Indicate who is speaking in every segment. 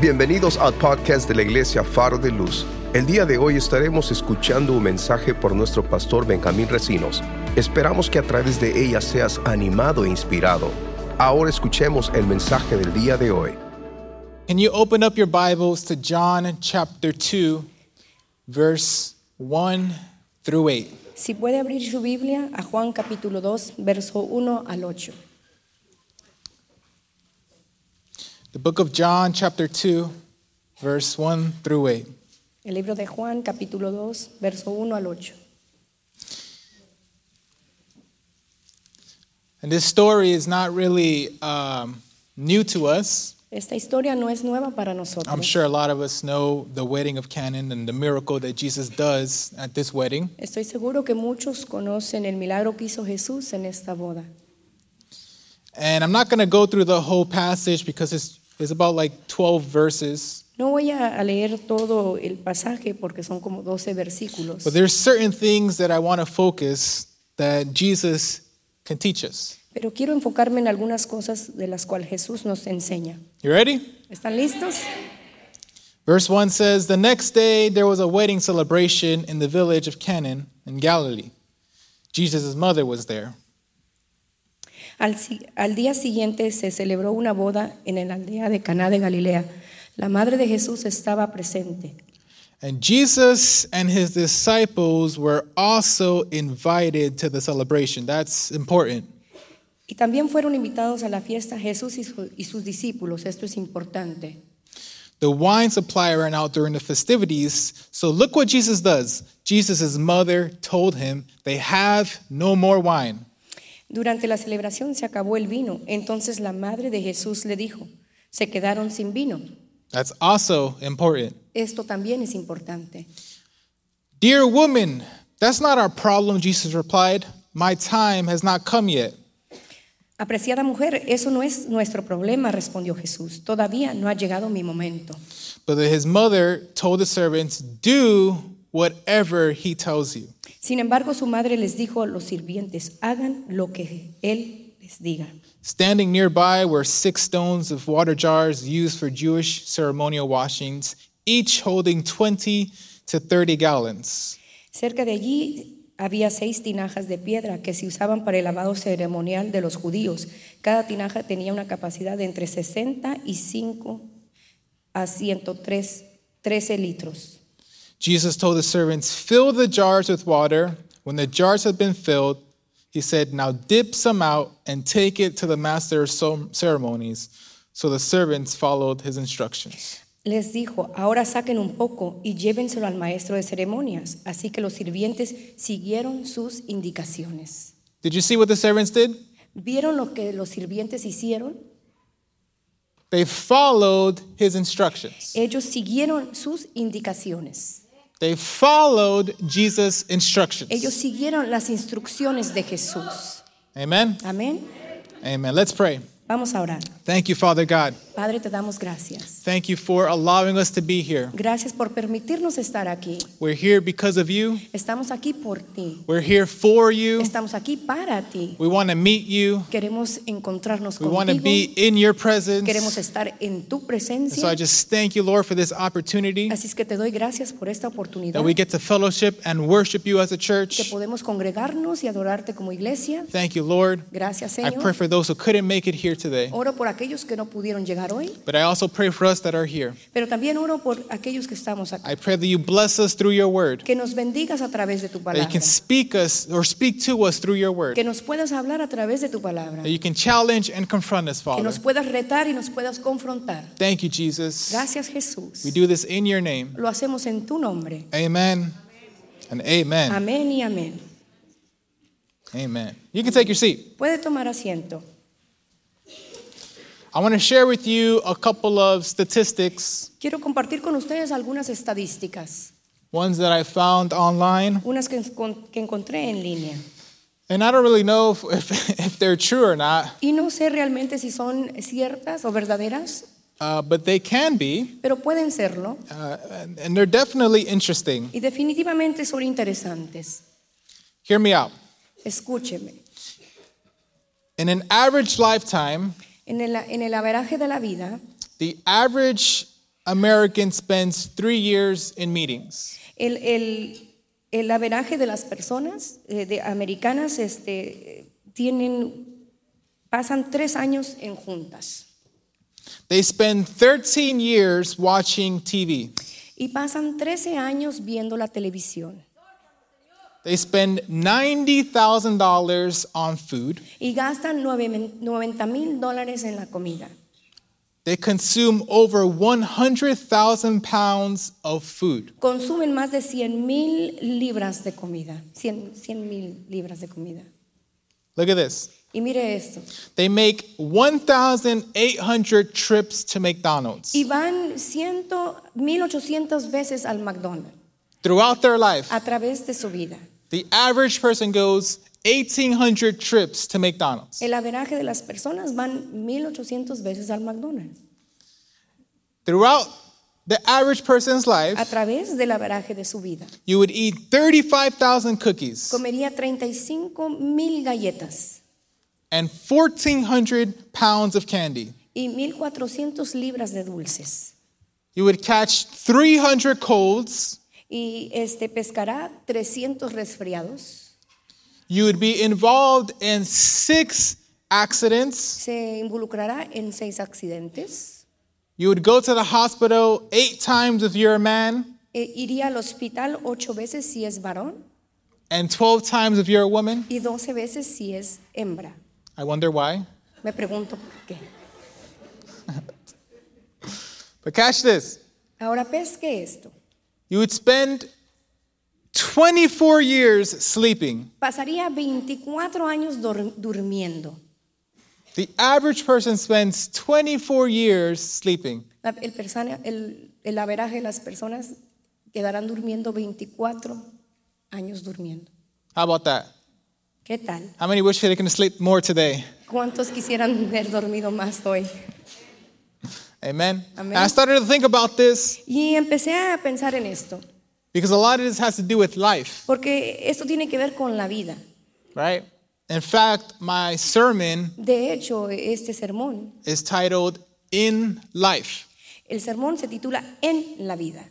Speaker 1: Bienvenidos al podcast de la iglesia Faro de Luz. El día de hoy estaremos escuchando un mensaje por nuestro pastor Benjamín Recinos. Esperamos que a través de ella seas animado e inspirado. Ahora escuchemos el mensaje del día de hoy.
Speaker 2: Can you open up your Bibles to John chapter 2, verse 1 through 8?
Speaker 3: Si puede abrir su Biblia a Juan capítulo 2, verso 1 al 8.
Speaker 2: The book of John, chapter 2, verse 1 through 8.
Speaker 3: El libro de Juan capítulo 2, verso 1 al 8.
Speaker 2: And this story is not really um, new to us.
Speaker 3: Esta historia no es nueva para
Speaker 2: I'm
Speaker 3: nosotros.
Speaker 2: sure a lot of us know the wedding of Canon and the miracle that Jesus does at this wedding.
Speaker 3: Estoy seguro que muchos conocen el milagro que hizo Jesús en esta boda.
Speaker 2: And I'm not going to go through the whole passage because it's, it's about like 12 verses.
Speaker 3: No voy a a leer todo el pasaje porque son como 12 versículos,
Speaker 2: But there's certain things that I want to focus that Jesus can teach us.
Speaker 3: pero quiero enfocarme en algunas cosas de las cuales Jesús nos enseña.
Speaker 2: You ready?
Speaker 3: ¿Están listos?
Speaker 2: Verse 1 says The next day there was a wedding celebration in the village of Canaan in Galilee. Jesus' mother was there.
Speaker 3: Al, si- al día siguiente se celebró una boda en la aldea de Caná de Galilea. La madre de Jesús estaba presente.
Speaker 2: And Jesus and his disciples were also invited to the celebration. That's important.
Speaker 3: Y también fueron invitados a la fiesta Jesús y, su- y sus discípulos. Esto es importante.
Speaker 2: The wine supply ran out during the festivities. So look what Jesus does. Jesus' mother told him, They have no more wine.
Speaker 3: Durante la celebración se acabó el vino. Entonces la madre de Jesús le dijo, se quedaron sin vino.
Speaker 2: That's also important.
Speaker 3: Esto también es importante.
Speaker 2: Dear woman, that's not our problem, Jesus replied. My time has not come yet.
Speaker 3: Apreciada mujer, eso no es nuestro problema, respondió Jesús. Todavía no ha llegado mi momento.
Speaker 2: But his mother told the servants, Do whatever he tells you.
Speaker 3: Sin embargo, su madre les dijo a los sirvientes, hagan lo que él les diga.
Speaker 2: Standing nearby were six stones of water jars used for Jewish ceremonial washings, each holding 20 to 30 gallons.
Speaker 3: Cerca de allí había seis tinajas de piedra que se usaban para el lavado ceremonial de los judíos. Cada tinaja tenía una capacidad de entre 60 y 5 a 103 13 litros.
Speaker 2: Jesus told the servants, Fill the jars with water. When the jars had been filled, he said, Now dip some out and take it to the master of so- ceremonies. So the servants followed his instructions.
Speaker 3: Les dijo, ahora saquen un poco y llévenselo al maestro de ceremonias. Así que los sirvientes siguieron sus indicaciones.
Speaker 2: Did you see what the servants did?
Speaker 3: ¿Vieron lo que los sirvientes hicieron?
Speaker 2: They followed his instructions.
Speaker 3: Ellos siguieron sus indicaciones.
Speaker 2: They followed Jesus' instructions.
Speaker 3: Ellos siguieron las instrucciones de Jesús.
Speaker 2: Amen.
Speaker 3: Amén.
Speaker 2: Amen. Let's pray.
Speaker 3: Vamos a orar.
Speaker 2: Thank you, Father God.
Speaker 3: Padre, te damos gracias.
Speaker 2: Thank you for allowing us to be here.
Speaker 3: Gracias por permitirnos estar aquí.
Speaker 2: We're here because of you.
Speaker 3: Estamos aquí por ti.
Speaker 2: We're here for you.
Speaker 3: Estamos aquí para ti.
Speaker 2: We want to meet you.
Speaker 3: Queremos encontrarnos
Speaker 2: We want to be
Speaker 3: contigo.
Speaker 2: in your presence.
Speaker 3: Queremos estar en tu
Speaker 2: And so I
Speaker 3: presencia.
Speaker 2: just thank you, Lord, for this opportunity
Speaker 3: Así es que te doy gracias por esta oportunidad
Speaker 2: that we get to fellowship and worship you as a
Speaker 3: que
Speaker 2: church.
Speaker 3: podemos congregarnos y adorarte como iglesia.
Speaker 2: Thank you, Lord.
Speaker 3: Gracias,
Speaker 2: I pray
Speaker 3: Señor. Oh.
Speaker 2: for those who couldn't make it here today,
Speaker 3: Oro por aquellos que no pudieron llegar hoy,
Speaker 2: but I also pray for us that are here.
Speaker 3: pero también oro por aquellos que estamos aquí.
Speaker 2: I pray that you bless us through your word.
Speaker 3: Que nos bendigas a través de tu
Speaker 2: That you
Speaker 3: palabra.
Speaker 2: can speak us or speak to us through your word.
Speaker 3: Que nos puedas hablar a través de tu palabra.
Speaker 2: That you can challenge and confront us,
Speaker 3: Que
Speaker 2: Father.
Speaker 3: nos puedas retar y nos puedas confrontar.
Speaker 2: Thank you, Jesus.
Speaker 3: Gracias Jesús.
Speaker 2: We do this in your name.
Speaker 3: Lo hacemos en tu nombre.
Speaker 2: Amen and amen.
Speaker 3: Amén y amén.
Speaker 2: Amen. You can take your seat.
Speaker 3: Puede tomar asiento.
Speaker 2: I want to share with you a couple of statistics,
Speaker 3: Quiero compartir con ustedes algunas estadísticas,
Speaker 2: ones that I found online.
Speaker 3: unas que, encon- que encontré en línea.
Speaker 2: And I don't really know if, if, if they're true or not,
Speaker 3: Y no sé realmente si son ciertas o verdaderas,
Speaker 2: uh, but they can be.
Speaker 3: pero pueden serlo
Speaker 2: Uh, and and they're definitely interesting.
Speaker 3: y definitivamente son interesantes.
Speaker 2: Hear me out.
Speaker 3: Escúcheme.
Speaker 2: In an average lifetime,
Speaker 3: En el, en el averaje de la vida,
Speaker 2: the average American spends three years in meetings.
Speaker 3: El, el, el averaje de las personas eh, de americanas este, tienen, pasan tres años en juntas
Speaker 2: They spend 13 years watching TV.
Speaker 3: y pasan 13 años viendo la televisión
Speaker 2: They spend $90,000 on food.
Speaker 3: y gastan 90 mil dólares en la comida.
Speaker 2: They consume over 100,000 pounds of food.
Speaker 3: Consumen más de 100 mil libras de comida. 100 mil libras de comida.
Speaker 2: Look at this.
Speaker 3: Y mire esto.
Speaker 2: They make 1,800 trips to McDonald's
Speaker 3: Y van 100, 1800 veces al McDonald's
Speaker 2: throughout their life.
Speaker 3: a través de su vida.
Speaker 2: The average person goes 1,800 trips to McDonald's.
Speaker 3: El averaje de las personas van 1800 veces al McDonald's.
Speaker 2: Throughout the average person's
Speaker 3: A
Speaker 2: life,
Speaker 3: través del averaje de su vida.
Speaker 2: you would eat 35,000 cookies
Speaker 3: Comería 35 mil galletas
Speaker 2: and 1,400 pounds of candy.
Speaker 3: y 1400 libras de dulces.
Speaker 2: You would catch 300 colds.
Speaker 3: Y este, pescará 300 resfriados.
Speaker 2: You would be involved in six accidents.
Speaker 3: Se involucrará en seis accidentes.
Speaker 2: You would go to the hospital eight times if you're a man
Speaker 3: Eh, iría al hospital ocho veces si es varón
Speaker 2: and 12 times if you're a woman.
Speaker 3: y 12 veces si es hembra.
Speaker 2: I wonder why.
Speaker 3: Me pregunto por qué.
Speaker 2: But catch this
Speaker 3: Ahora pesque esto.
Speaker 2: you would spend 24 years sleeping.
Speaker 3: Pasaría 24 años dor- durmiendo.
Speaker 2: The average person spends 24 years sleeping.
Speaker 3: La- El, persona- el, el averaje de las personas quedarán durmiendo 24 años durmiendo.
Speaker 2: How about that?
Speaker 3: ¿Qué tal?
Speaker 2: How many wish they can sleep more today?
Speaker 3: ¿Cuántos quisieran haber dormido más hoy?
Speaker 2: Amen.
Speaker 3: Amen.
Speaker 2: And I started to think about this
Speaker 3: Y empecé a pensar en esto,
Speaker 2: because a lot of this has to do with life.
Speaker 3: porque esto tiene que ver con la vida.
Speaker 2: right? In fact, my sermon
Speaker 3: De hecho, este sermón
Speaker 2: is titled In Life.
Speaker 3: El sermón se titula En la vida,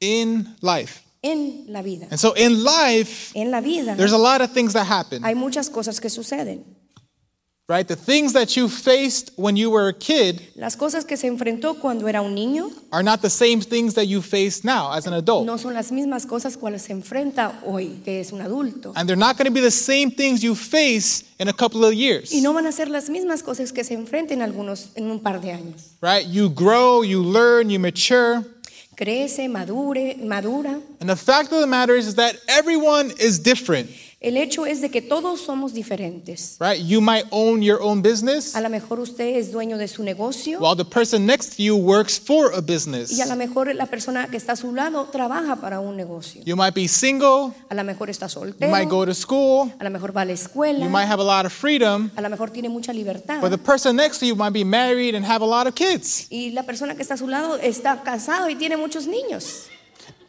Speaker 2: In Life.
Speaker 3: en la vida.
Speaker 2: And so in life,
Speaker 3: En la vida
Speaker 2: there's a lot of things that happen,
Speaker 3: hay muchas cosas que suceden.
Speaker 2: right? The things that you faced when you were a kid
Speaker 3: Las cosas que se enfrentó cuando era un niño
Speaker 2: are not the same things that you face now as an adult.
Speaker 3: no son las mismas cosas cuales se enfrenta hoy, que es un adulto.
Speaker 2: And they're not going to be the same things you face in a couple of years,
Speaker 3: Y no van a ser las mismas cosas que se enfrenten algunos en un par de años.
Speaker 2: right? You grow, you learn, you mature.
Speaker 3: Crece, madure, madura.
Speaker 2: And the fact of the matter is, is that everyone is different,
Speaker 3: El hecho es de que todos somos diferentes.
Speaker 2: right? You might own your own business,
Speaker 3: A lo mejor usted es dueño de su negocio
Speaker 2: while the person next to you works for a business.
Speaker 3: y a lo mejor la persona que está a su lado trabaja para un negocio.
Speaker 2: You might be single,
Speaker 3: A lo mejor está
Speaker 2: you
Speaker 3: soltero,
Speaker 2: might go to school,
Speaker 3: a lo mejor va a la
Speaker 2: you
Speaker 3: escuela,
Speaker 2: might have a lot of freedom,
Speaker 3: a lo mejor tiene mucha libertad.
Speaker 2: but the person next to you might be married and have a lot of kids.
Speaker 3: Y la persona que está a su lado está casado y tiene muchos niños.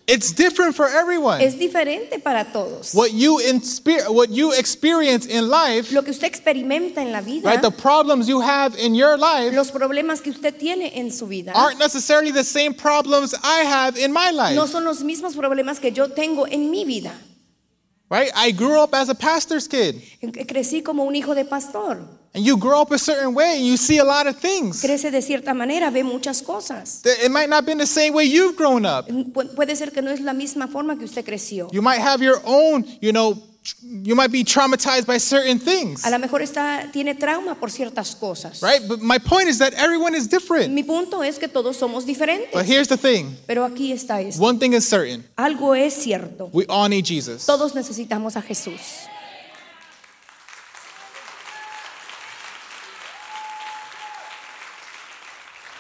Speaker 2: It's different for everyone.
Speaker 3: Es diferente para todos.
Speaker 2: What you, inspe- what you experience in life,
Speaker 3: Lo que usted experimenta en la vida,
Speaker 2: right, the problems you have in your life
Speaker 3: los problemas que usted tiene en su vida,
Speaker 2: aren't necessarily the same problems I have in my
Speaker 3: no
Speaker 2: life,
Speaker 3: son los mismos problemas que yo tengo en mi vida.
Speaker 2: right? I grew up as a pastor's kid,
Speaker 3: eh, Crecí como un hijo de pastor.
Speaker 2: and you grow up a certain way, and you see a lot of things.
Speaker 3: Crece de cierta manera, ve muchas cosas.
Speaker 2: It might not been the same way you've grown up.
Speaker 3: Pu- puede ser que no es la misma forma que usted creció.
Speaker 2: You might have your own, you know, tr- you might be traumatized by certain things,
Speaker 3: A lo mejor está, tiene trauma por ciertas cosas.
Speaker 2: right? But my point is that everyone is different.
Speaker 3: Mi punto es que todos somos
Speaker 2: But
Speaker 3: diferentes.
Speaker 2: here's the thing
Speaker 3: Pero aquí está esto.
Speaker 2: one thing is certain
Speaker 3: Algo es cierto.
Speaker 2: we all need Jesus.
Speaker 3: Todos necesitamos a Jesús.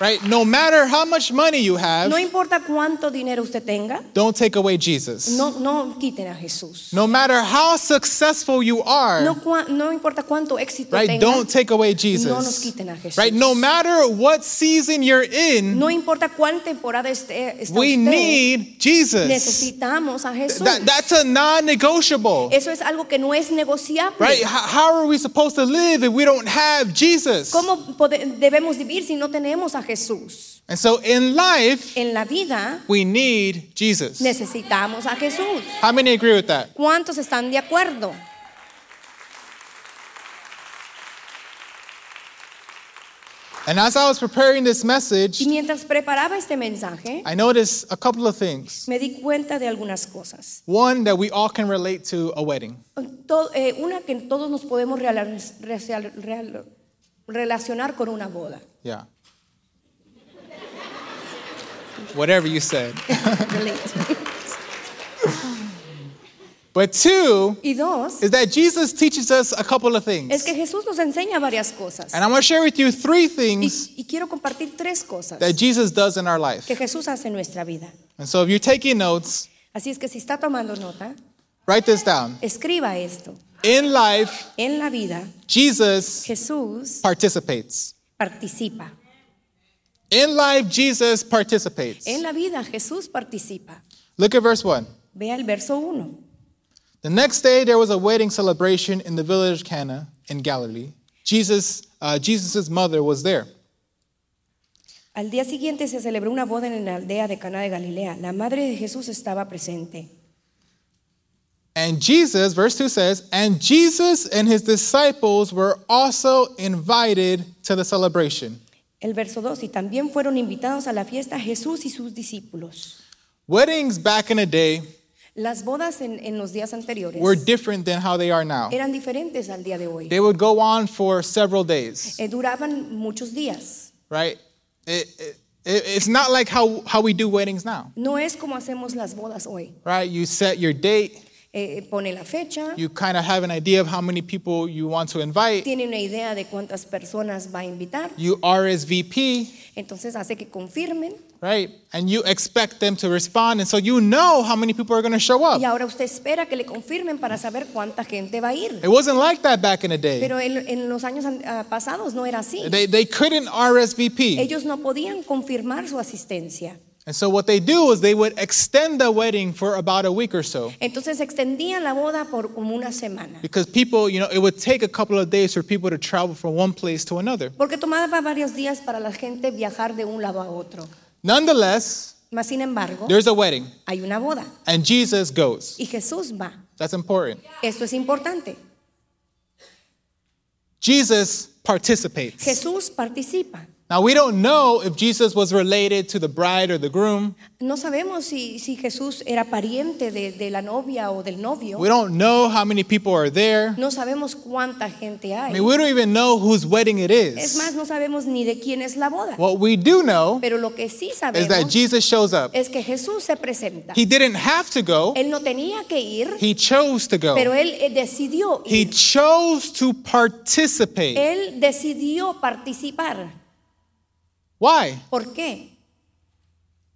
Speaker 2: Right? No matter how much money you have,
Speaker 3: No importa cuánto dinero usted tenga,
Speaker 2: don't take away Jesus.
Speaker 3: no, no quiten a Jesús.
Speaker 2: No matter how successful you are,
Speaker 3: No, cua- no importa cuánto éxito
Speaker 2: right?
Speaker 3: tenga,
Speaker 2: Don't take away
Speaker 3: No nos
Speaker 2: Jesus.
Speaker 3: quiten a Jesús.
Speaker 2: Right? No matter what season you're in,
Speaker 3: no importa cuál temporada esté está
Speaker 2: we
Speaker 3: usted,
Speaker 2: need Jesus.
Speaker 3: necesitamos a Jesús.
Speaker 2: That, that's a non negotiable.
Speaker 3: Eso es algo que no es negociable.
Speaker 2: Right? H- How are we supposed to live if we don't have Jesus?
Speaker 3: ¿Cómo pode- debemos vivir si no tenemos a Jesús.
Speaker 2: And so in life,
Speaker 3: En la vida
Speaker 2: we need Jesus.
Speaker 3: necesitamos a Jesús.
Speaker 2: How many agree with that?
Speaker 3: ¿Cuántos están de acuerdo?
Speaker 2: And as I was preparing this
Speaker 3: Y
Speaker 2: message,
Speaker 3: mientras preparaba este mensaje,
Speaker 2: I noticed a couple of things.
Speaker 3: me di cuenta de algunas cosas.
Speaker 2: One, that we all can relate to a wedding.
Speaker 3: To- eh, una que todos nos podemos reala- real- real- relacionar con una boda.
Speaker 2: Yeah. Whatever you said.
Speaker 3: Relate.
Speaker 2: But two,
Speaker 3: y dos,
Speaker 2: is that Jesus teaches us a couple of things.
Speaker 3: es que Jesús nos enseña varias cosas.
Speaker 2: And I'm going to share with you three things
Speaker 3: Y, y quiero compartir tres cosas
Speaker 2: that Jesus does in our life.
Speaker 3: que Jesús hace en nuestra vida.
Speaker 2: And so if you're taking notes,
Speaker 3: Así es que si está tomando nota,
Speaker 2: write this down.
Speaker 3: escriba esto.
Speaker 2: In life,
Speaker 3: En la vida,
Speaker 2: Jesus
Speaker 3: Jesús
Speaker 2: participates.
Speaker 3: participa.
Speaker 2: In life, Jesus participates.
Speaker 3: En la vida, Jesús participa.
Speaker 2: Look at verse 1.
Speaker 3: Vea el verso 1.
Speaker 2: The next day, there was a wedding celebration in the village of Cana in Galilee. Jesus, uh, Jesus' mother was there.
Speaker 3: Al día siguiente se celebró una boda en la aldea de Cana de Galilea. La madre de Jesús estaba presente.
Speaker 2: And Jesus, verse 2 says, and Jesus and his disciples were also invited to the celebration.
Speaker 3: El verso 2, y también fueron invitados a la fiesta Jesús y sus discípulos.
Speaker 2: Weddings back in the day
Speaker 3: Las bodas en, en los días anteriores
Speaker 2: were different than how they are now.
Speaker 3: eran diferentes al día de hoy.
Speaker 2: They would go on for several days,
Speaker 3: Eh, duraban muchos días.
Speaker 2: right? It, it, it- it's not like how, how we do weddings now,
Speaker 3: No es como hacemos las bodas hoy.
Speaker 2: right? You set your date,
Speaker 3: Eh, pone la fecha,
Speaker 2: you kind of have an idea of how many people you want to invite,
Speaker 3: tiene una idea de cuántas personas va a invitar,
Speaker 2: you RSVP,
Speaker 3: entonces hace que confirmen
Speaker 2: right? And you expect them to respond, and so you know how many people are going to show
Speaker 3: y
Speaker 2: up.
Speaker 3: ahora usted espera que le confirmen para saber cuánta gente va a ir.
Speaker 2: It wasn't like that back in the day.
Speaker 3: Pero en, en los años an- ah, pasados no era así.
Speaker 2: They, they couldn't RSVP.
Speaker 3: Ellos no podían confirmar su asistencia.
Speaker 2: And so what they do is they would extend the wedding for about a week or so.
Speaker 3: Entonces extendían la boda por como una semana.
Speaker 2: Because people, you know, it would take a couple of days for people to travel from one place to another.
Speaker 3: Porque tomaba varios días para la gente viajar de un lado a otro.
Speaker 2: Nonetheless,
Speaker 3: Mas sin embargo,
Speaker 2: there's a wedding
Speaker 3: hay una boda
Speaker 2: and Jesus goes.
Speaker 3: y Jesús va.
Speaker 2: That's important.
Speaker 3: Esto es importante.
Speaker 2: Jesus participates.
Speaker 3: Jesús participa.
Speaker 2: Now, we don't know if Jesus was related to the bride or the groom.
Speaker 3: No sabemos si, si Jesús era pariente de, de la novia o del novio.
Speaker 2: We don't know how many people are there.
Speaker 3: No sabemos cuánta gente
Speaker 2: I
Speaker 3: hay.
Speaker 2: mean, we don't even know whose wedding it
Speaker 3: Es más,
Speaker 2: is.
Speaker 3: no sabemos ni de quién es la boda.
Speaker 2: What we do know
Speaker 3: Pero lo que sí
Speaker 2: is that
Speaker 3: sabemos
Speaker 2: Jesus shows up.
Speaker 3: es que Jesús se presenta.
Speaker 2: He didn't have to go,
Speaker 3: Él no tenía que ir,
Speaker 2: he chose to
Speaker 3: pero
Speaker 2: go.
Speaker 3: él eh, decidió
Speaker 2: He
Speaker 3: ir.
Speaker 2: chose to participate.
Speaker 3: Él decidió participar.
Speaker 2: Why?
Speaker 3: ¿Por qué?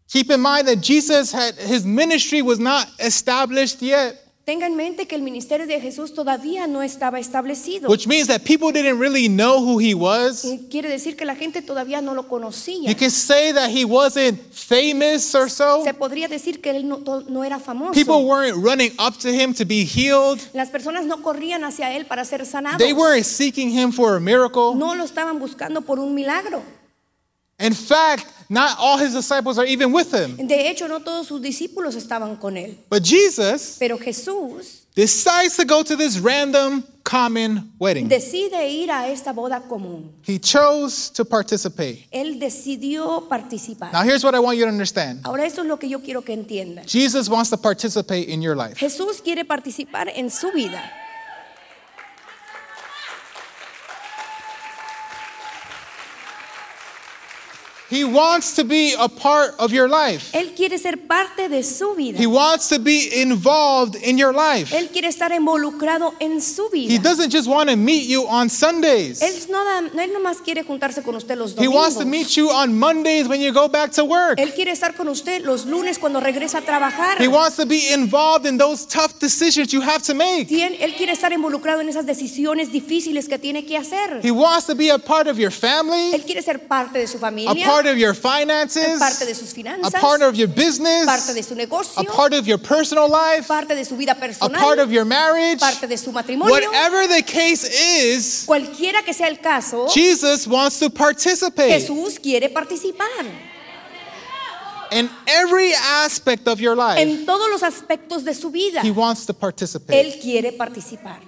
Speaker 2: Keep in mind that Jesus had his ministry was not established yet.
Speaker 3: Tenga en mente que el ministerio de Jesús todavía no estaba establecido.
Speaker 2: Which means that people didn't really know who he was.
Speaker 3: Y Quiere decir que la gente todavía no lo
Speaker 2: You
Speaker 3: conocía.
Speaker 2: can say that he wasn't famous or so.
Speaker 3: Se podría decir que él no, to- no era
Speaker 2: People
Speaker 3: famoso.
Speaker 2: weren't running up to him to be healed.
Speaker 3: Las personas no corrían hacia él para ser sanados.
Speaker 2: They weren't seeking him for a miracle.
Speaker 3: No lo estaban buscando por un milagro.
Speaker 2: In fact, not all his disciples are even with him.
Speaker 3: De hecho, no todos sus discípulos estaban con él.
Speaker 2: But Jesus
Speaker 3: Pero Jesús
Speaker 2: decides to go to this random common wedding.
Speaker 3: decide ir a esta boda común.
Speaker 2: He chose to participate.
Speaker 3: Él decidió participar.
Speaker 2: Now, here's what I want you to understand
Speaker 3: Ahora esto es lo que yo quiero que entiendan.
Speaker 2: Jesus wants to participate in your life.
Speaker 3: Jesús quiere participar en su vida.
Speaker 2: He wants to be a part of your life.
Speaker 3: Él quiere ser parte de su vida.
Speaker 2: He wants to be involved in your life.
Speaker 3: Él quiere estar involucrado en su
Speaker 2: He
Speaker 3: vida.
Speaker 2: doesn't just want to meet you on Sundays.
Speaker 3: Él no, da- él nomás quiere juntarse con usted los
Speaker 2: He wants
Speaker 3: domingos.
Speaker 2: to meet you on Mondays when you go back to work.
Speaker 3: Él quiere estar con usted los lunes cuando regresa a trabajar.
Speaker 2: He wants to be involved in those tough decisions you have to make.
Speaker 3: Tien- él quiere estar involucrado en esas decisiones difíciles que tiene que hacer.
Speaker 2: He wants to be a part of your family,
Speaker 3: Él quiere ser parte de su
Speaker 2: a part
Speaker 3: familia,
Speaker 2: of your finances,
Speaker 3: parte de sus
Speaker 2: a
Speaker 3: finanzas,
Speaker 2: part of your business,
Speaker 3: parte de su negocio,
Speaker 2: a part of your personal life,
Speaker 3: parte de su vida
Speaker 2: a part
Speaker 3: personal,
Speaker 2: of your marriage.
Speaker 3: parte de su matrimonio.
Speaker 2: Whatever the case is,
Speaker 3: Cualquiera que sea el caso,
Speaker 2: Jesus wants to participate
Speaker 3: Jesús quiere participar
Speaker 2: in every aspect of your life.
Speaker 3: en todos los aspectos de su vida.
Speaker 2: He wants to participate.
Speaker 3: Él quiere participar.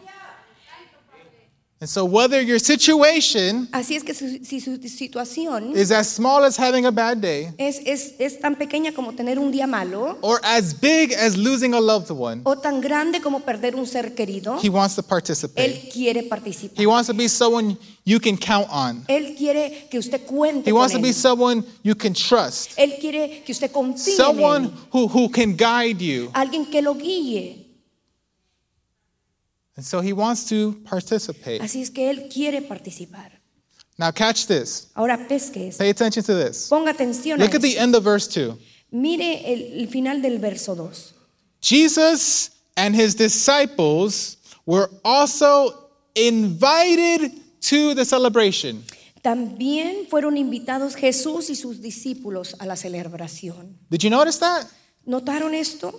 Speaker 2: And so, whether your situation
Speaker 3: Así es que su- si su situación
Speaker 2: is as small as having a bad day,
Speaker 3: es, es- es tan pequeña como tener un día malo
Speaker 2: or as big as losing a loved one,
Speaker 3: o tan grande como perder un ser querido,
Speaker 2: He wants to participate.
Speaker 3: Él quiere participar.
Speaker 2: He wants to be someone you can count on.
Speaker 3: Él quiere que usted cuente
Speaker 2: He
Speaker 3: con
Speaker 2: wants to be
Speaker 3: él.
Speaker 2: someone you can trust,
Speaker 3: Él quiere que usted confíe en
Speaker 2: someone
Speaker 3: él.
Speaker 2: who, who can guide you.
Speaker 3: Alguien que lo guíe.
Speaker 2: And so He wants to participate.
Speaker 3: Así es que Él quiere participar.
Speaker 2: Now, catch this.
Speaker 3: Ahora pesque esto.
Speaker 2: Pay attention to this.
Speaker 3: Ponga atención a
Speaker 2: Look at the
Speaker 3: esto.
Speaker 2: end of verse 2.
Speaker 3: Mire el, el final del verso 2.
Speaker 2: Jesus and his disciples were also invited to the celebration.
Speaker 3: También fueron invitados Jesús y sus discípulos a la celebración.
Speaker 2: Did you notice that?
Speaker 3: ¿Notaron esto?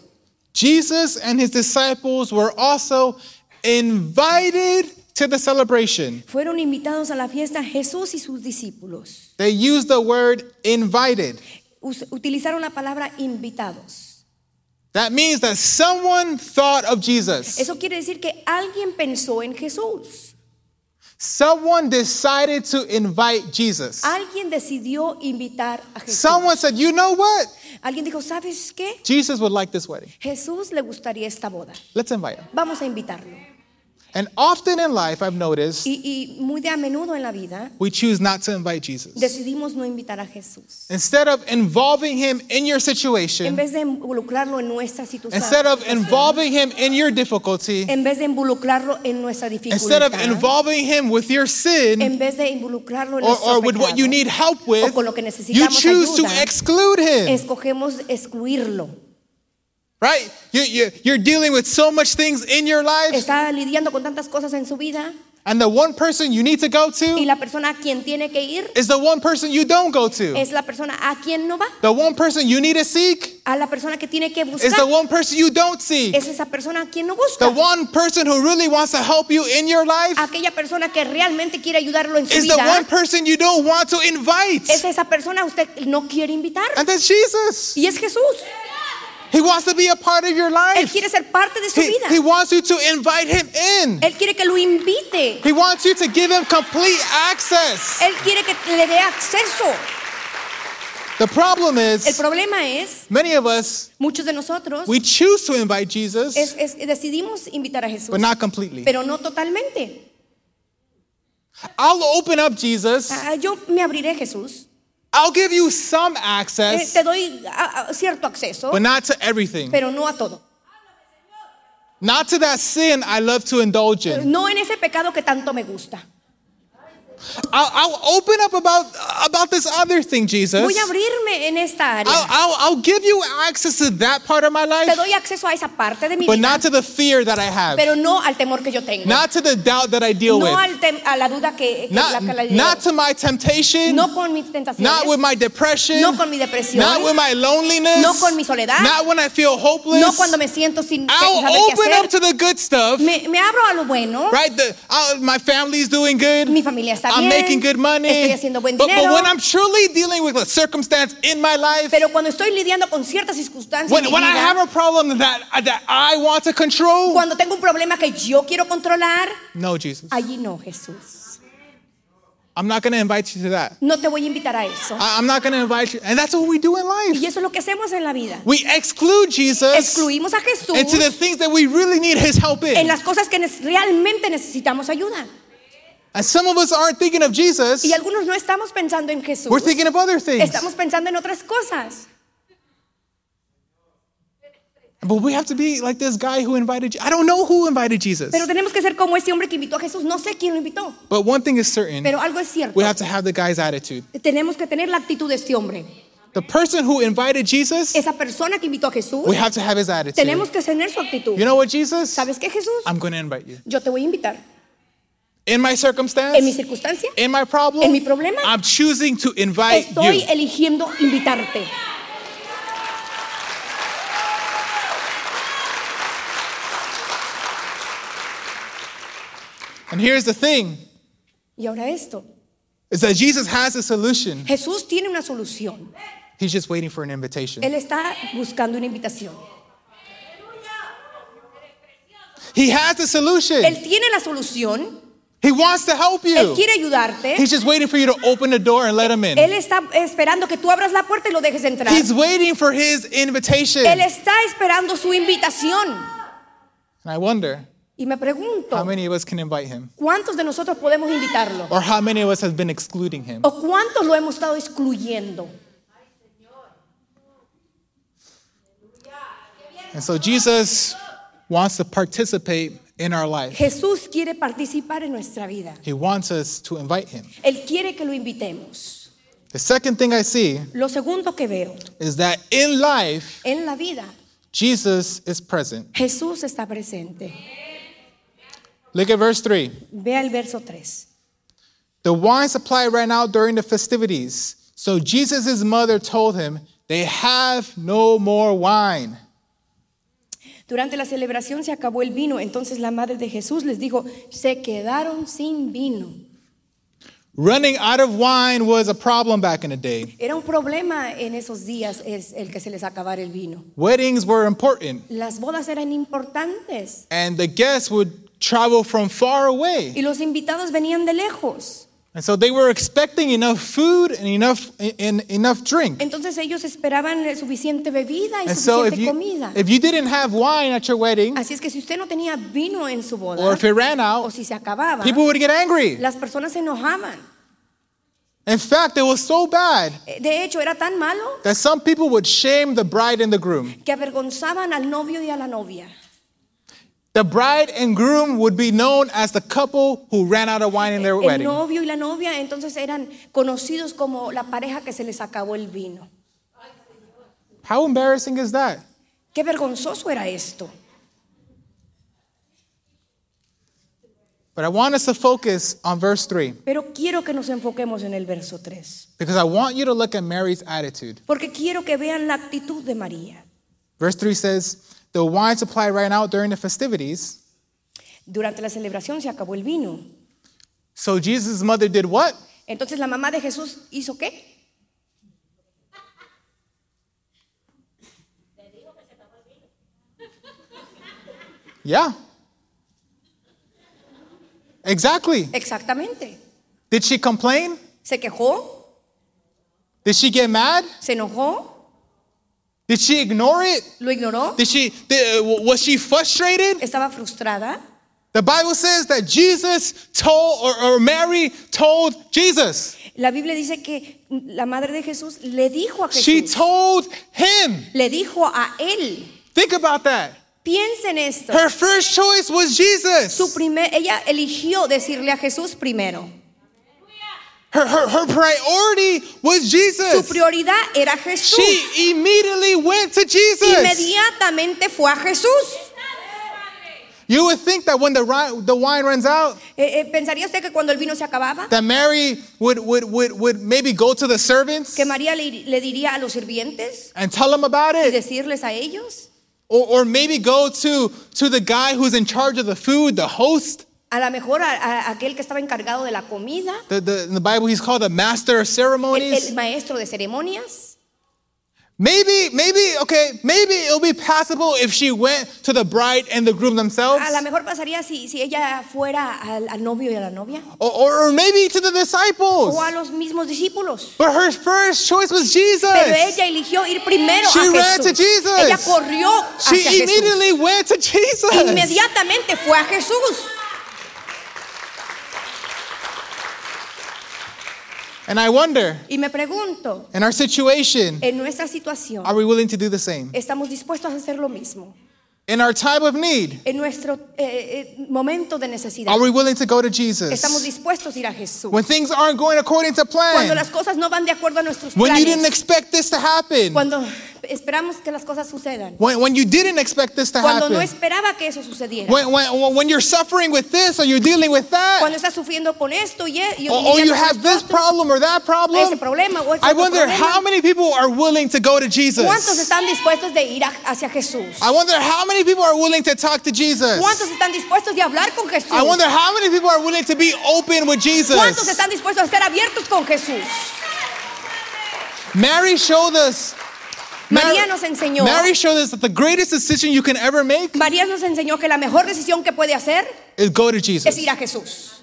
Speaker 2: Jesus and his disciples were also invited to the celebration.
Speaker 3: Fueron invitados a la fiesta Jesús y sus discípulos.
Speaker 2: They used the word invited.
Speaker 3: Us- Utilizaron la palabra invitados.
Speaker 2: That means that someone thought of Jesus.
Speaker 3: Eso quiere decir que alguien pensó en Jesús.
Speaker 2: Someone decided to invite Jesus.
Speaker 3: Alguien decidió invitar a Jesús.
Speaker 2: Someone said, "You know what?
Speaker 3: Alguien dijo, ¿sabes qué?
Speaker 2: Jesus would like this wedding.
Speaker 3: Jesús le gustaría esta boda.
Speaker 2: Let's invite him."
Speaker 3: Vamos a invitarlo.
Speaker 2: And often in life, I've noticed
Speaker 3: Y, y muy de a menudo en la vida
Speaker 2: we choose not to invite Jesus.
Speaker 3: decidimos no invitar a Jesús.
Speaker 2: Instead of involving him in your
Speaker 3: En
Speaker 2: situation,
Speaker 3: vez de involucrarlo en nuestra situ-
Speaker 2: instead of
Speaker 3: situación,
Speaker 2: involving him in your difficulty,
Speaker 3: en vez de involucrarlo en nuestra
Speaker 2: instead
Speaker 3: dificultad,
Speaker 2: of involving him with your sin
Speaker 3: en vez de involucrarlo en
Speaker 2: or,
Speaker 3: nuestro
Speaker 2: or with what you
Speaker 3: pecado,
Speaker 2: need help with,
Speaker 3: con lo que
Speaker 2: you
Speaker 3: necesitamos
Speaker 2: choose to
Speaker 3: ayuda.
Speaker 2: exclude him,
Speaker 3: escogemos excluirlo.
Speaker 2: right? You, you, you're dealing with so much things in your life,
Speaker 3: Está lidiando con tantas cosas en su vida
Speaker 2: and the one person you need to go
Speaker 3: y
Speaker 2: to
Speaker 3: la persona a quien tiene que ir
Speaker 2: is the one person you don't go to.
Speaker 3: es la persona a quien no va,
Speaker 2: The one person you need to seek
Speaker 3: a la persona que tiene que
Speaker 2: is the
Speaker 3: buscar
Speaker 2: one person you don't seek.
Speaker 3: es esa persona a quien no
Speaker 2: The
Speaker 3: busca.
Speaker 2: one person who really wants to help you in your life
Speaker 3: Aquella persona que realmente quiere ayudarlo en su
Speaker 2: is the one
Speaker 3: vida
Speaker 2: person you don't want to invite.
Speaker 3: es esa persona a usted no quiere invitar
Speaker 2: And that's Jesus.
Speaker 3: y es Jesús.
Speaker 2: He wants to be a part of your
Speaker 3: Él
Speaker 2: life.
Speaker 3: quiere ser parte de su
Speaker 2: He,
Speaker 3: vida.
Speaker 2: he wants you to invite him in.
Speaker 3: Él quiere que lo invite.
Speaker 2: He wants you to give him complete access.
Speaker 3: Él quiere que le dé acceso.
Speaker 2: The problem
Speaker 3: El
Speaker 2: is,
Speaker 3: problema es,
Speaker 2: many of us,
Speaker 3: muchos de nosotros
Speaker 2: we choose to invite Jesus,
Speaker 3: es- es- decidimos invitar a Jesús,
Speaker 2: but not completely.
Speaker 3: pero no totalmente.
Speaker 2: I'll open up Jesus.
Speaker 3: Ah, Yo me abriré, Jesús.
Speaker 2: I'll give you some
Speaker 3: Eh,
Speaker 2: access,
Speaker 3: Te doy ah, ah, cierto acceso,
Speaker 2: but not to everything.
Speaker 3: pero no a todo.
Speaker 2: Not to that sin I love to indulge in.
Speaker 3: No en ese pecado que tanto me gusta.
Speaker 2: I'll, I'll open up about about this other thing, Jesus.
Speaker 3: Voy a abrirme en esta
Speaker 2: I'll,
Speaker 3: área.
Speaker 2: I'll, I'll give you access to that part of my
Speaker 3: Te
Speaker 2: life,
Speaker 3: doy acceso a esa parte de mi
Speaker 2: but
Speaker 3: vida,
Speaker 2: not to the fear that I have,
Speaker 3: pero no al temor que yo tengo.
Speaker 2: not to the doubt that I deal
Speaker 3: No
Speaker 2: with,
Speaker 3: al tem- a la duda que, que la
Speaker 2: not,
Speaker 3: que la llevo.
Speaker 2: not to my temptation,
Speaker 3: No con mis
Speaker 2: not with
Speaker 3: tentaciones,
Speaker 2: my depression,
Speaker 3: no con mi depresión,
Speaker 2: not with my loneliness,
Speaker 3: no con mi soledad,
Speaker 2: not when I feel hopeless.
Speaker 3: no cuando me siento sin pe- saber
Speaker 2: I'll
Speaker 3: qué
Speaker 2: Ah, open up
Speaker 3: hacer.
Speaker 2: to the good stuff,
Speaker 3: Me, me abro a lo bueno.
Speaker 2: right? The, I'll- my family's doing good.
Speaker 3: Mi familia está
Speaker 2: I'm
Speaker 3: bien.
Speaker 2: making good money.
Speaker 3: Estoy haciendo buen
Speaker 2: but, but
Speaker 3: dinero.
Speaker 2: when I'm truly dealing with a circumstance in my life,
Speaker 3: Pero cuando estoy lidiando con ciertas circunstancias, en
Speaker 2: When,
Speaker 3: mi
Speaker 2: when I
Speaker 3: vida,
Speaker 2: have a problem that, that I want to control,
Speaker 3: cuando tengo un problema que yo quiero controlar,
Speaker 2: no, Jesus.
Speaker 3: allí no, Jesús.
Speaker 2: I'm not going to invite you to that.
Speaker 3: No te voy a invitar a eso.
Speaker 2: I, am not going to invite you. And that's what we do in
Speaker 3: Y
Speaker 2: life.
Speaker 3: eso es lo que hacemos en la vida.
Speaker 2: We exclude Jesus
Speaker 3: Excluimos a Jesús
Speaker 2: into the things that we really need his help
Speaker 3: en
Speaker 2: in.
Speaker 3: las cosas que nes- realmente necesitamos ayuda.
Speaker 2: And some of us aren't thinking of Jesus,
Speaker 3: Y algunos no estamos pensando en Jesús.
Speaker 2: we're thinking of other things.
Speaker 3: Estamos pensando en otras cosas.
Speaker 2: But we have to be like this guy who invited Je- I don't know who invited Jesus.
Speaker 3: Pero tenemos que ser como ese hombre que invitó a Jesús. No sé quién lo invitó,
Speaker 2: But one thing is certain
Speaker 3: pero algo es cierto.
Speaker 2: we have to have the guy's attitude.
Speaker 3: Tenemos que tener la actitud de este hombre.
Speaker 2: The person who invited Jesus,
Speaker 3: Esa persona que invitó a Jesús,
Speaker 2: we have to have his attitude.
Speaker 3: tenemos que tener su actitud.
Speaker 2: You know what, Jesus?
Speaker 3: ¿Sabes qué, Jesús?
Speaker 2: I'm going to invite you.
Speaker 3: Yo te voy a invitar.
Speaker 2: In my circumstance,
Speaker 3: en mi circunstancia,
Speaker 2: in my problem,
Speaker 3: en mi problema,
Speaker 2: I'm choosing to invite
Speaker 3: estoy
Speaker 2: you.
Speaker 3: eligiendo invitarte.
Speaker 2: And here's the thing
Speaker 3: Y ahora esto,
Speaker 2: is that Jesus has a solution.
Speaker 3: Jesús tiene una solución.
Speaker 2: He's just waiting for an invitation.
Speaker 3: Él está buscando una invitación.
Speaker 2: He has the solution.
Speaker 3: Él tiene la solución,
Speaker 2: He wants to help
Speaker 3: Él
Speaker 2: you.
Speaker 3: quiere ayudarte.
Speaker 2: He's just waiting for you to open the door and let him in.
Speaker 3: Él está esperando que tú abras la puerta y lo dejes entrar.
Speaker 2: He's waiting for his invitation.
Speaker 3: Él
Speaker 2: And
Speaker 3: está esperando su invitación.
Speaker 2: I wonder
Speaker 3: Y me
Speaker 2: how
Speaker 3: pregunto,
Speaker 2: many of us can invite him
Speaker 3: ¿cuántos de nosotros podemos invitarlo?
Speaker 2: or how many of us have been excluding him.
Speaker 3: ¿O cuántos lo hemos estado excluyendo?
Speaker 2: And so Jesus wants to participate in our life.
Speaker 3: Jesús quiere participar en nuestra vida.
Speaker 2: He wants us to invite him.
Speaker 3: Él quiere que lo invitemos.
Speaker 2: The second thing I see
Speaker 3: Lo segundo que veo
Speaker 2: is that in life,
Speaker 3: en la vida,
Speaker 2: Jesus is present.
Speaker 3: Jesús está presente.
Speaker 2: Look at verse 3.
Speaker 3: Vea el verso 3.
Speaker 2: The wine supply ran out during the festivities. So Jesus' mother told him, They have no more wine.
Speaker 3: Durante la celebración se acabó el vino, entonces la madre de Jesús les dijo, se quedaron sin vino.
Speaker 2: Running out of wine was a problem back in the day.
Speaker 3: Era un problema en esos días es el que se les acabara el vino.
Speaker 2: Weddings were important,
Speaker 3: Las bodas eran importantes
Speaker 2: and the guests would travel from far away.
Speaker 3: y los invitados venían de lejos.
Speaker 2: And so they were expecting enough food and enough, and enough drink.
Speaker 3: Entonces ellos esperaban eh, suficiente bebida y
Speaker 2: And so if
Speaker 3: suficiente
Speaker 2: you,
Speaker 3: comida.
Speaker 2: if you didn't have wine at your wedding,
Speaker 3: Así es que si usted no tenía vino en su boda
Speaker 2: or if it ran
Speaker 3: o
Speaker 2: out,
Speaker 3: si se acababa,
Speaker 2: people would get angry.
Speaker 3: las personas se enojaban.
Speaker 2: In fact, it was so bad
Speaker 3: Eh, De hecho, era tan malo
Speaker 2: that some people would shame the bride and the groom.
Speaker 3: que avergonzaban al novio y a la novia.
Speaker 2: The bride and groom would be known as the couple who ran out of wine in their
Speaker 3: El
Speaker 2: wedding.
Speaker 3: novio y la novia entonces eran conocidos como la pareja que se les acabó el vino.
Speaker 2: How embarrassing is that?
Speaker 3: Qué vergonzoso era esto.
Speaker 2: But I want us to focus on verse 3
Speaker 3: Pero quiero que nos enfoquemos en el verso 3,
Speaker 2: because I want you to look at Mary's attitude.
Speaker 3: porque quiero que vean la actitud de María.
Speaker 2: Verse 3 says, The wine supply ran out during the festivities.
Speaker 3: Durante la celebración se acabó el vino.
Speaker 2: So Jesus' mother did what?
Speaker 3: Entonces la mamá de Jesús hizo qué?
Speaker 2: Yeah. Exactly.
Speaker 3: Exactamente.
Speaker 2: Did she complain?
Speaker 3: Se quejó,
Speaker 2: Did she get mad?
Speaker 3: se enojó,
Speaker 2: Did she ignore it?
Speaker 3: lo ignoró,
Speaker 2: Did she did, was she frustrated?
Speaker 3: estaba frustrada.
Speaker 2: The Bible says that Jesus told, or, or Mary told Jesus.
Speaker 3: La Biblia dice que la madre de Jesús le dijo a
Speaker 2: She
Speaker 3: Jesús,
Speaker 2: told him.
Speaker 3: le dijo a él,
Speaker 2: Think about that.
Speaker 3: piensa en esto.
Speaker 2: Her first choice was
Speaker 3: Su
Speaker 2: Jesus.
Speaker 3: primer, ella eligió decirle a Jesús primero.
Speaker 2: Her, her, her priority was
Speaker 3: Su
Speaker 2: Jesus.
Speaker 3: prioridad era Jesús.
Speaker 2: She immediately went to Jesus.
Speaker 3: Inmediatamente fue a Jesús.
Speaker 2: You would think that when the, ri- the wine runs out,
Speaker 3: Eh, eh, ¿Pensaría usted que cuando el vino se acababa,
Speaker 2: that Mary would, would, would, would maybe go to the servants
Speaker 3: que María le, le diría a los sirvientes
Speaker 2: and tell them about
Speaker 3: y
Speaker 2: it?
Speaker 3: decirles a ellos?
Speaker 2: Or, or maybe go to, to the guy who's in charge of the food, the host.
Speaker 3: A lo mejor a, a aquel que estaba encargado de la comida,
Speaker 2: The, the, in the Bible, he's called the master of
Speaker 3: el,
Speaker 2: ceremonies.
Speaker 3: el maestro de ceremonias.
Speaker 2: Maybe, maybe, okay, maybe it'll be passable if she went to the bride and the groom themselves,
Speaker 3: A lo mejor pasaría si, si ella fuera al, al novio y a la novia,
Speaker 2: or, or, or maybe to the disciples.
Speaker 3: o a los mismos discípulos.
Speaker 2: But her first choice was
Speaker 3: Pero
Speaker 2: Jesus.
Speaker 3: ella eligió ir primero
Speaker 2: Pues, She
Speaker 3: a
Speaker 2: ran to
Speaker 3: Jesús.
Speaker 2: Jesus.
Speaker 3: Ella corrió hacia
Speaker 2: She
Speaker 3: Jesús.
Speaker 2: immediately went to Jesus.
Speaker 3: Inmediatamente fue a Jesús.
Speaker 2: And I wonder,
Speaker 3: Y me pregunto,
Speaker 2: in our situation,
Speaker 3: en nuestra situación,
Speaker 2: are we willing to do the same?
Speaker 3: estamos dispuestos a hacer lo mismo.
Speaker 2: In our time of need,
Speaker 3: En nuestro eh, eh, momento de necesidad,
Speaker 2: are we willing to go to Jesus?
Speaker 3: estamos dispuestos a ir a
Speaker 2: pues,
Speaker 3: Jesús.
Speaker 2: When things aren't going according to
Speaker 3: Cuando
Speaker 2: plan,
Speaker 3: las cosas no van de acuerdo a nuestros
Speaker 2: when you didn't
Speaker 3: planes,
Speaker 2: expect this to happen,
Speaker 3: cuando esperamos que las cosas sucedan.
Speaker 2: When, when you didn't expect this to
Speaker 3: Cuando no
Speaker 2: happen,
Speaker 3: esperaba que eso sucediera.
Speaker 2: when, when, when you're suffering with this or you're dealing with
Speaker 3: Cuando
Speaker 2: that,
Speaker 3: estás sufriendo con esto y, e- y
Speaker 2: or, or you
Speaker 3: lidiando con
Speaker 2: have this
Speaker 3: esto otro,
Speaker 2: problem or that
Speaker 3: ese
Speaker 2: problem,
Speaker 3: problema o ese
Speaker 2: I
Speaker 3: otro
Speaker 2: wonder
Speaker 3: problema.
Speaker 2: how many people are willing to go to
Speaker 3: ¿Cuántos
Speaker 2: Jesus.
Speaker 3: están dispuestos de ir a- hacia Jesús?
Speaker 2: I wonder how many people are willing to talk to Jesus.
Speaker 3: ¿Cuántos están dispuestos de hablar con Jesús?
Speaker 2: I wonder how many people are willing to be open with
Speaker 3: ¿Cuántos
Speaker 2: Jesus.
Speaker 3: están dispuestos a ser abiertos con Jesús?
Speaker 2: Mary showed us. Mar-
Speaker 3: María nos enseñó.
Speaker 2: Mary showed us that the greatest decision you can ever make
Speaker 3: María nos enseñó que la mejor decisión que puede hacer
Speaker 2: is go to
Speaker 3: es
Speaker 2: Jesus.
Speaker 3: ir a Jesús.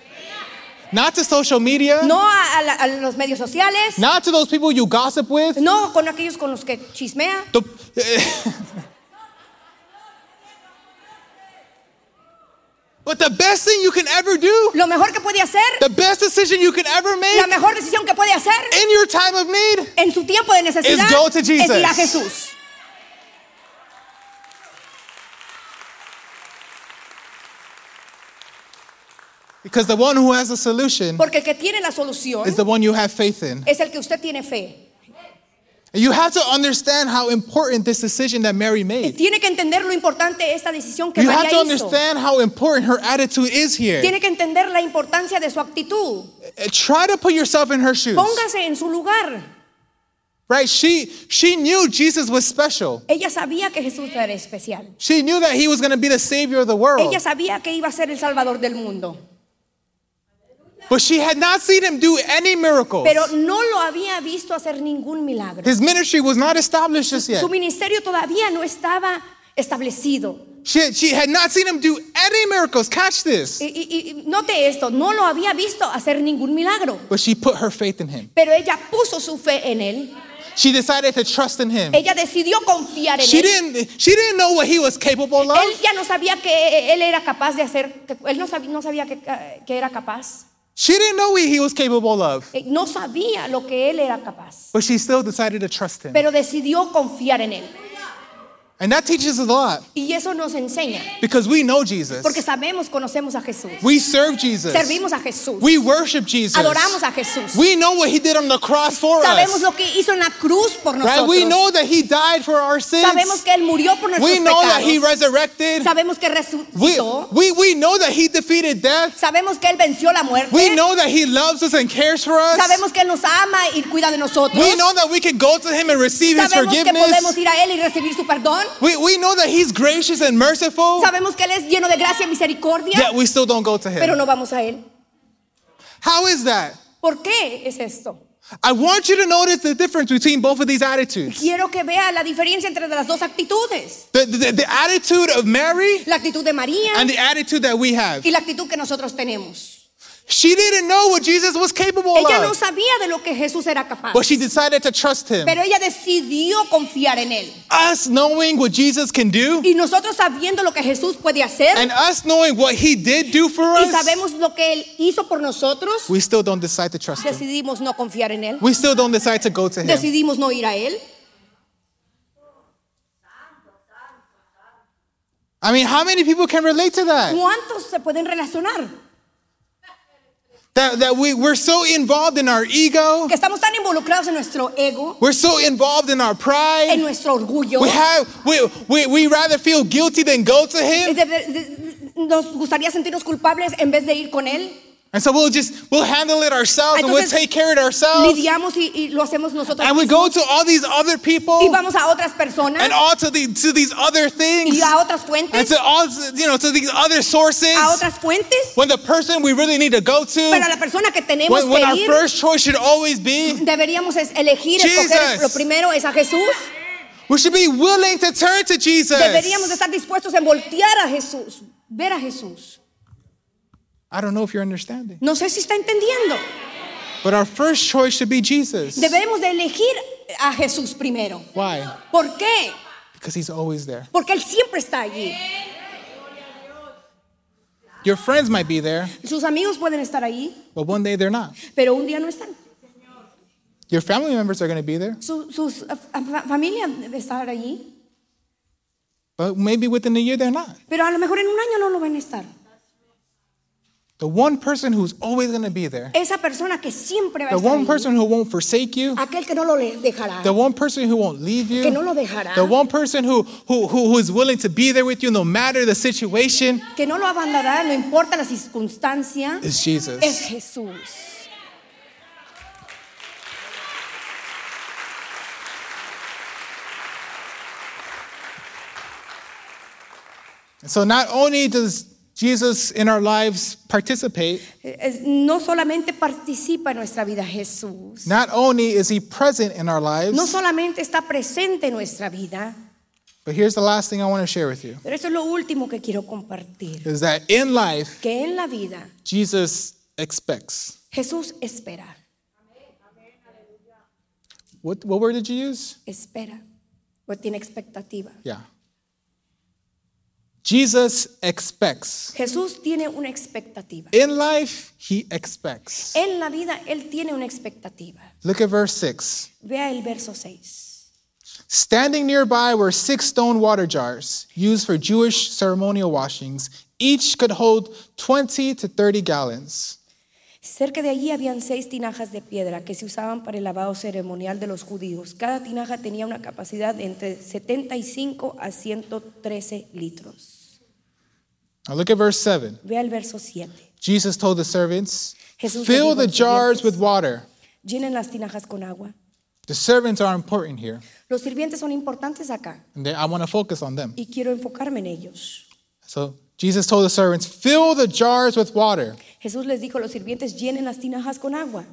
Speaker 2: Not to social media,
Speaker 3: No a, a la- a los medios sociales,
Speaker 2: not to those people you gossip with.
Speaker 3: no con aquellos con los que chismea.
Speaker 2: The- but the best thing you can ever do,
Speaker 3: Lo mejor que puede hacer,
Speaker 2: the best decision you can ever make
Speaker 3: la mejor decisión que puede hacer
Speaker 2: in your time of need
Speaker 3: en su tiempo de necesidad
Speaker 2: Is go to
Speaker 3: es
Speaker 2: Jesus.
Speaker 3: ir a Jesús.
Speaker 2: because the one who has a solution
Speaker 3: Porque el que tiene la solución
Speaker 2: is the one you have faith in.
Speaker 3: es el que usted tiene fe.
Speaker 2: And you have to understand how important this decision that Mary made.
Speaker 3: Tiene que entender lo importante de esta decisión que
Speaker 2: You have to
Speaker 3: María hizo.
Speaker 2: understand how important her attitude is here.
Speaker 3: Tiene que entender la importancia de su actitud.
Speaker 2: Uh, Try to put yourself in her shoes.
Speaker 3: Póngase en su lugar.
Speaker 2: Right? She she knew Jesus was special.
Speaker 3: Ella sabía que Jesús era especial.
Speaker 2: She knew that he was going to be the savior of the world.
Speaker 3: Ella sabía que iba a ser el salvador del mundo,
Speaker 2: But she had not seen him do any miracles.
Speaker 3: pero no lo había visto hacer ningún milagro.
Speaker 2: His ministry was not established just yet.
Speaker 3: Su ministerio todavía no estaba establecido.
Speaker 2: She, she had not seen him do any miracles. Catch this.
Speaker 3: Y, y- y note esto, no lo había visto hacer ningún milagro,
Speaker 2: But she put her faith in him.
Speaker 3: pero ella puso su fe en él.
Speaker 2: She decided to trust in him.
Speaker 3: Ella decidió confiar en
Speaker 2: She
Speaker 3: él.
Speaker 2: didn't she didn't know what he was capable of.
Speaker 3: Él ya no sabía que él era capaz de hacer, que él no sabía, no sabía que, que era capaz.
Speaker 2: She didn't know what he was capable of.
Speaker 3: Eh, No sabía lo que él era capaz,
Speaker 2: But she still decided to trust him.
Speaker 3: pero decidió confiar en él.
Speaker 2: And that teaches us a lot
Speaker 3: Y eso nos enseña,
Speaker 2: because we know Jesus.
Speaker 3: porque sabemos, conocemos a Jesús.
Speaker 2: We serve Jesus.
Speaker 3: Servimos a Jesús.
Speaker 2: We worship Jesus.
Speaker 3: Adoramos a Jesús.
Speaker 2: We know what he did on the cross for
Speaker 3: Sabemos
Speaker 2: us.
Speaker 3: lo que hizo en la cruz por
Speaker 2: Right? We
Speaker 3: nosotros.
Speaker 2: know that he died for our
Speaker 3: Sabemos
Speaker 2: sins.
Speaker 3: que Él murió por nuestros
Speaker 2: We know that he
Speaker 3: pecados.
Speaker 2: resurrected.
Speaker 3: Sabemos que
Speaker 2: We,
Speaker 3: resucitó.
Speaker 2: we, we know that he defeated death.
Speaker 3: Sabemos que Él venció la
Speaker 2: We
Speaker 3: muerte.
Speaker 2: know that he loves us and cares for us.
Speaker 3: Eh. Sabemos que Él nos ama y cuida de nosotros.
Speaker 2: We know that we can go to him and receive his
Speaker 3: Sabemos que podemos
Speaker 2: forgiveness.
Speaker 3: ir a Él y recibir su perdón.
Speaker 2: We, we know that he's gracious and merciful,
Speaker 3: Sabemos que Él es lleno de gracia y misericordia,
Speaker 2: yet we still don't go to
Speaker 3: pero
Speaker 2: him.
Speaker 3: no vamos a Él.
Speaker 2: How is that?
Speaker 3: ¿Por qué es esto?
Speaker 2: I want you to notice the difference between both of these attitudes.
Speaker 3: Quiero que vea la diferencia entre las dos actitudes.
Speaker 2: The, the, the attitude of Mary
Speaker 3: La actitud de María
Speaker 2: and the attitude that we have.
Speaker 3: y la actitud que nosotros tenemos.
Speaker 2: She didn't know what Jesus was capable
Speaker 3: Ella no
Speaker 2: of,
Speaker 3: sabía de lo que Jesús era capaz.
Speaker 2: but she decided to trust him.
Speaker 3: Pero ella decidió confiar en él.
Speaker 2: Us knowing what Jesus can do
Speaker 3: Y nosotros sabiendo lo que Jesús puede hacer
Speaker 2: and us knowing what he did do for
Speaker 3: y
Speaker 2: us,
Speaker 3: sabemos lo que él hizo por nosotros,
Speaker 2: we still don't decide to trust him.
Speaker 3: decidimos no confiar en él.
Speaker 2: We still don't decide to go to him.
Speaker 3: Decidimos no ir a él.
Speaker 2: I mean, how many people can relate to that?
Speaker 3: ¿Cuántos se pueden relacionar?
Speaker 2: That, that we, we're so involved in our ego,
Speaker 3: Que estamos tan involucrados en nuestro ego,
Speaker 2: we're so involved in our
Speaker 3: en
Speaker 2: pride.
Speaker 3: nuestro orgullo.
Speaker 2: We have we, we, we rather feel guilty than go to
Speaker 3: Eh,
Speaker 2: him.
Speaker 3: de- de- de- Nos gustaría sentirnos culpables en vez de ir con él.
Speaker 2: And so we'll just we'll handle it ourselves and we'll
Speaker 3: Entonces,
Speaker 2: take care of it ourselves.
Speaker 3: Lidiamos y, y lo hacemos nosotros.
Speaker 2: And we
Speaker 3: mismos.
Speaker 2: go to all these other people
Speaker 3: Y vamos a otras personas
Speaker 2: and all to the to these other things
Speaker 3: y a
Speaker 2: and
Speaker 3: otras fuentes,
Speaker 2: to all you know to these other sources
Speaker 3: a otras fuentes.
Speaker 2: when the person we really need to go
Speaker 3: Pero a
Speaker 2: to
Speaker 3: la persona que tenemos
Speaker 2: when, when our
Speaker 3: que ir
Speaker 2: first choice should always be
Speaker 3: deberíamos es- elegir,
Speaker 2: Jesus.
Speaker 3: escoger lo primero es a Jesús.
Speaker 2: we should be willing to turn to Jesus.
Speaker 3: Deberíamos estar dispuestos en voltear a Jesús, ver a Jesús.
Speaker 2: I don't know if you're understanding,
Speaker 3: No sé si está entendiendo.
Speaker 2: but our first choice should be Jesus.
Speaker 3: Debemos de elegir a Jesús primero.
Speaker 2: Why?
Speaker 3: ¿Por qué?
Speaker 2: Because he's always there.
Speaker 3: Porque Él siempre está allí.
Speaker 2: Your friends might be there,
Speaker 3: Sus amigos pueden estar ahí,
Speaker 2: but one day they're not.
Speaker 3: pero un día no están.
Speaker 2: Your family members are going to be there,
Speaker 3: Su, sus ah, fa- familia debe estar allí,
Speaker 2: but maybe within a year they're not.
Speaker 3: pero a lo mejor en un año no lo van a estar.
Speaker 2: The one person who's always going to be there.
Speaker 3: Esa persona que siempre va a
Speaker 2: The
Speaker 3: estar
Speaker 2: one
Speaker 3: ahí.
Speaker 2: person who won't forsake you.
Speaker 3: Aquel que no lo le- dejará.
Speaker 2: The one person who won't leave you.
Speaker 3: Que no lo dejará.
Speaker 2: The one person who, who, who, who is willing to be there with you no matter the situation
Speaker 3: Que no lo abandonará, no importa la circunstancia.
Speaker 2: is
Speaker 3: Es
Speaker 2: Jesus.
Speaker 3: Jesús.
Speaker 2: So not only does Jesus in our lives participate,
Speaker 3: Eh, Es- No solamente participa en nuestra vida Jesús.
Speaker 2: not only is he present in our
Speaker 3: No
Speaker 2: lives,
Speaker 3: solamente está presente en nuestra vida.
Speaker 2: but here's the last thing I want to share with you
Speaker 3: Pero eso es lo último que quiero compartir.
Speaker 2: is that in life,
Speaker 3: Que en la vida
Speaker 2: Jesus expects.
Speaker 3: Jesús espera.
Speaker 2: What, what word did you use?
Speaker 3: Espera. Pues tiene expectativa.
Speaker 2: Yeah. Jesus expects.
Speaker 3: Jesús tiene una expectativa.
Speaker 2: In life, he expects.
Speaker 3: En la vida Él tiene una expectativa.
Speaker 2: Look at verse 6.
Speaker 3: Vea el verso 6.
Speaker 2: Standing nearby were six stone water jars used for Jewish ceremonial washings. Each could hold 20 to 30 gallons.
Speaker 4: Cerca de allí habían seis tinajas de piedra que se usaban para el lavado ceremonial de los judíos. Cada tinaja tenía una capacidad de entre 75 a 113 litros.
Speaker 2: Now look at verse 7.
Speaker 4: Vea el verso 7.
Speaker 2: Jesus told the servants,
Speaker 4: Jesús le
Speaker 2: Fill
Speaker 4: dijo a
Speaker 2: the
Speaker 4: los
Speaker 2: jars
Speaker 4: sirvientes,
Speaker 2: with water.
Speaker 4: Llenen las tinajas con agua.
Speaker 2: The servants are important here,
Speaker 3: Los sirvientes son importantes acá
Speaker 2: and they- I want to focus on them.
Speaker 4: Y quiero enfocarme en ellos.
Speaker 2: So Jesus told the servants, Fill the jars with water.
Speaker 4: Jesús les dijo a los sirvientes, llenen las tinajas con agua.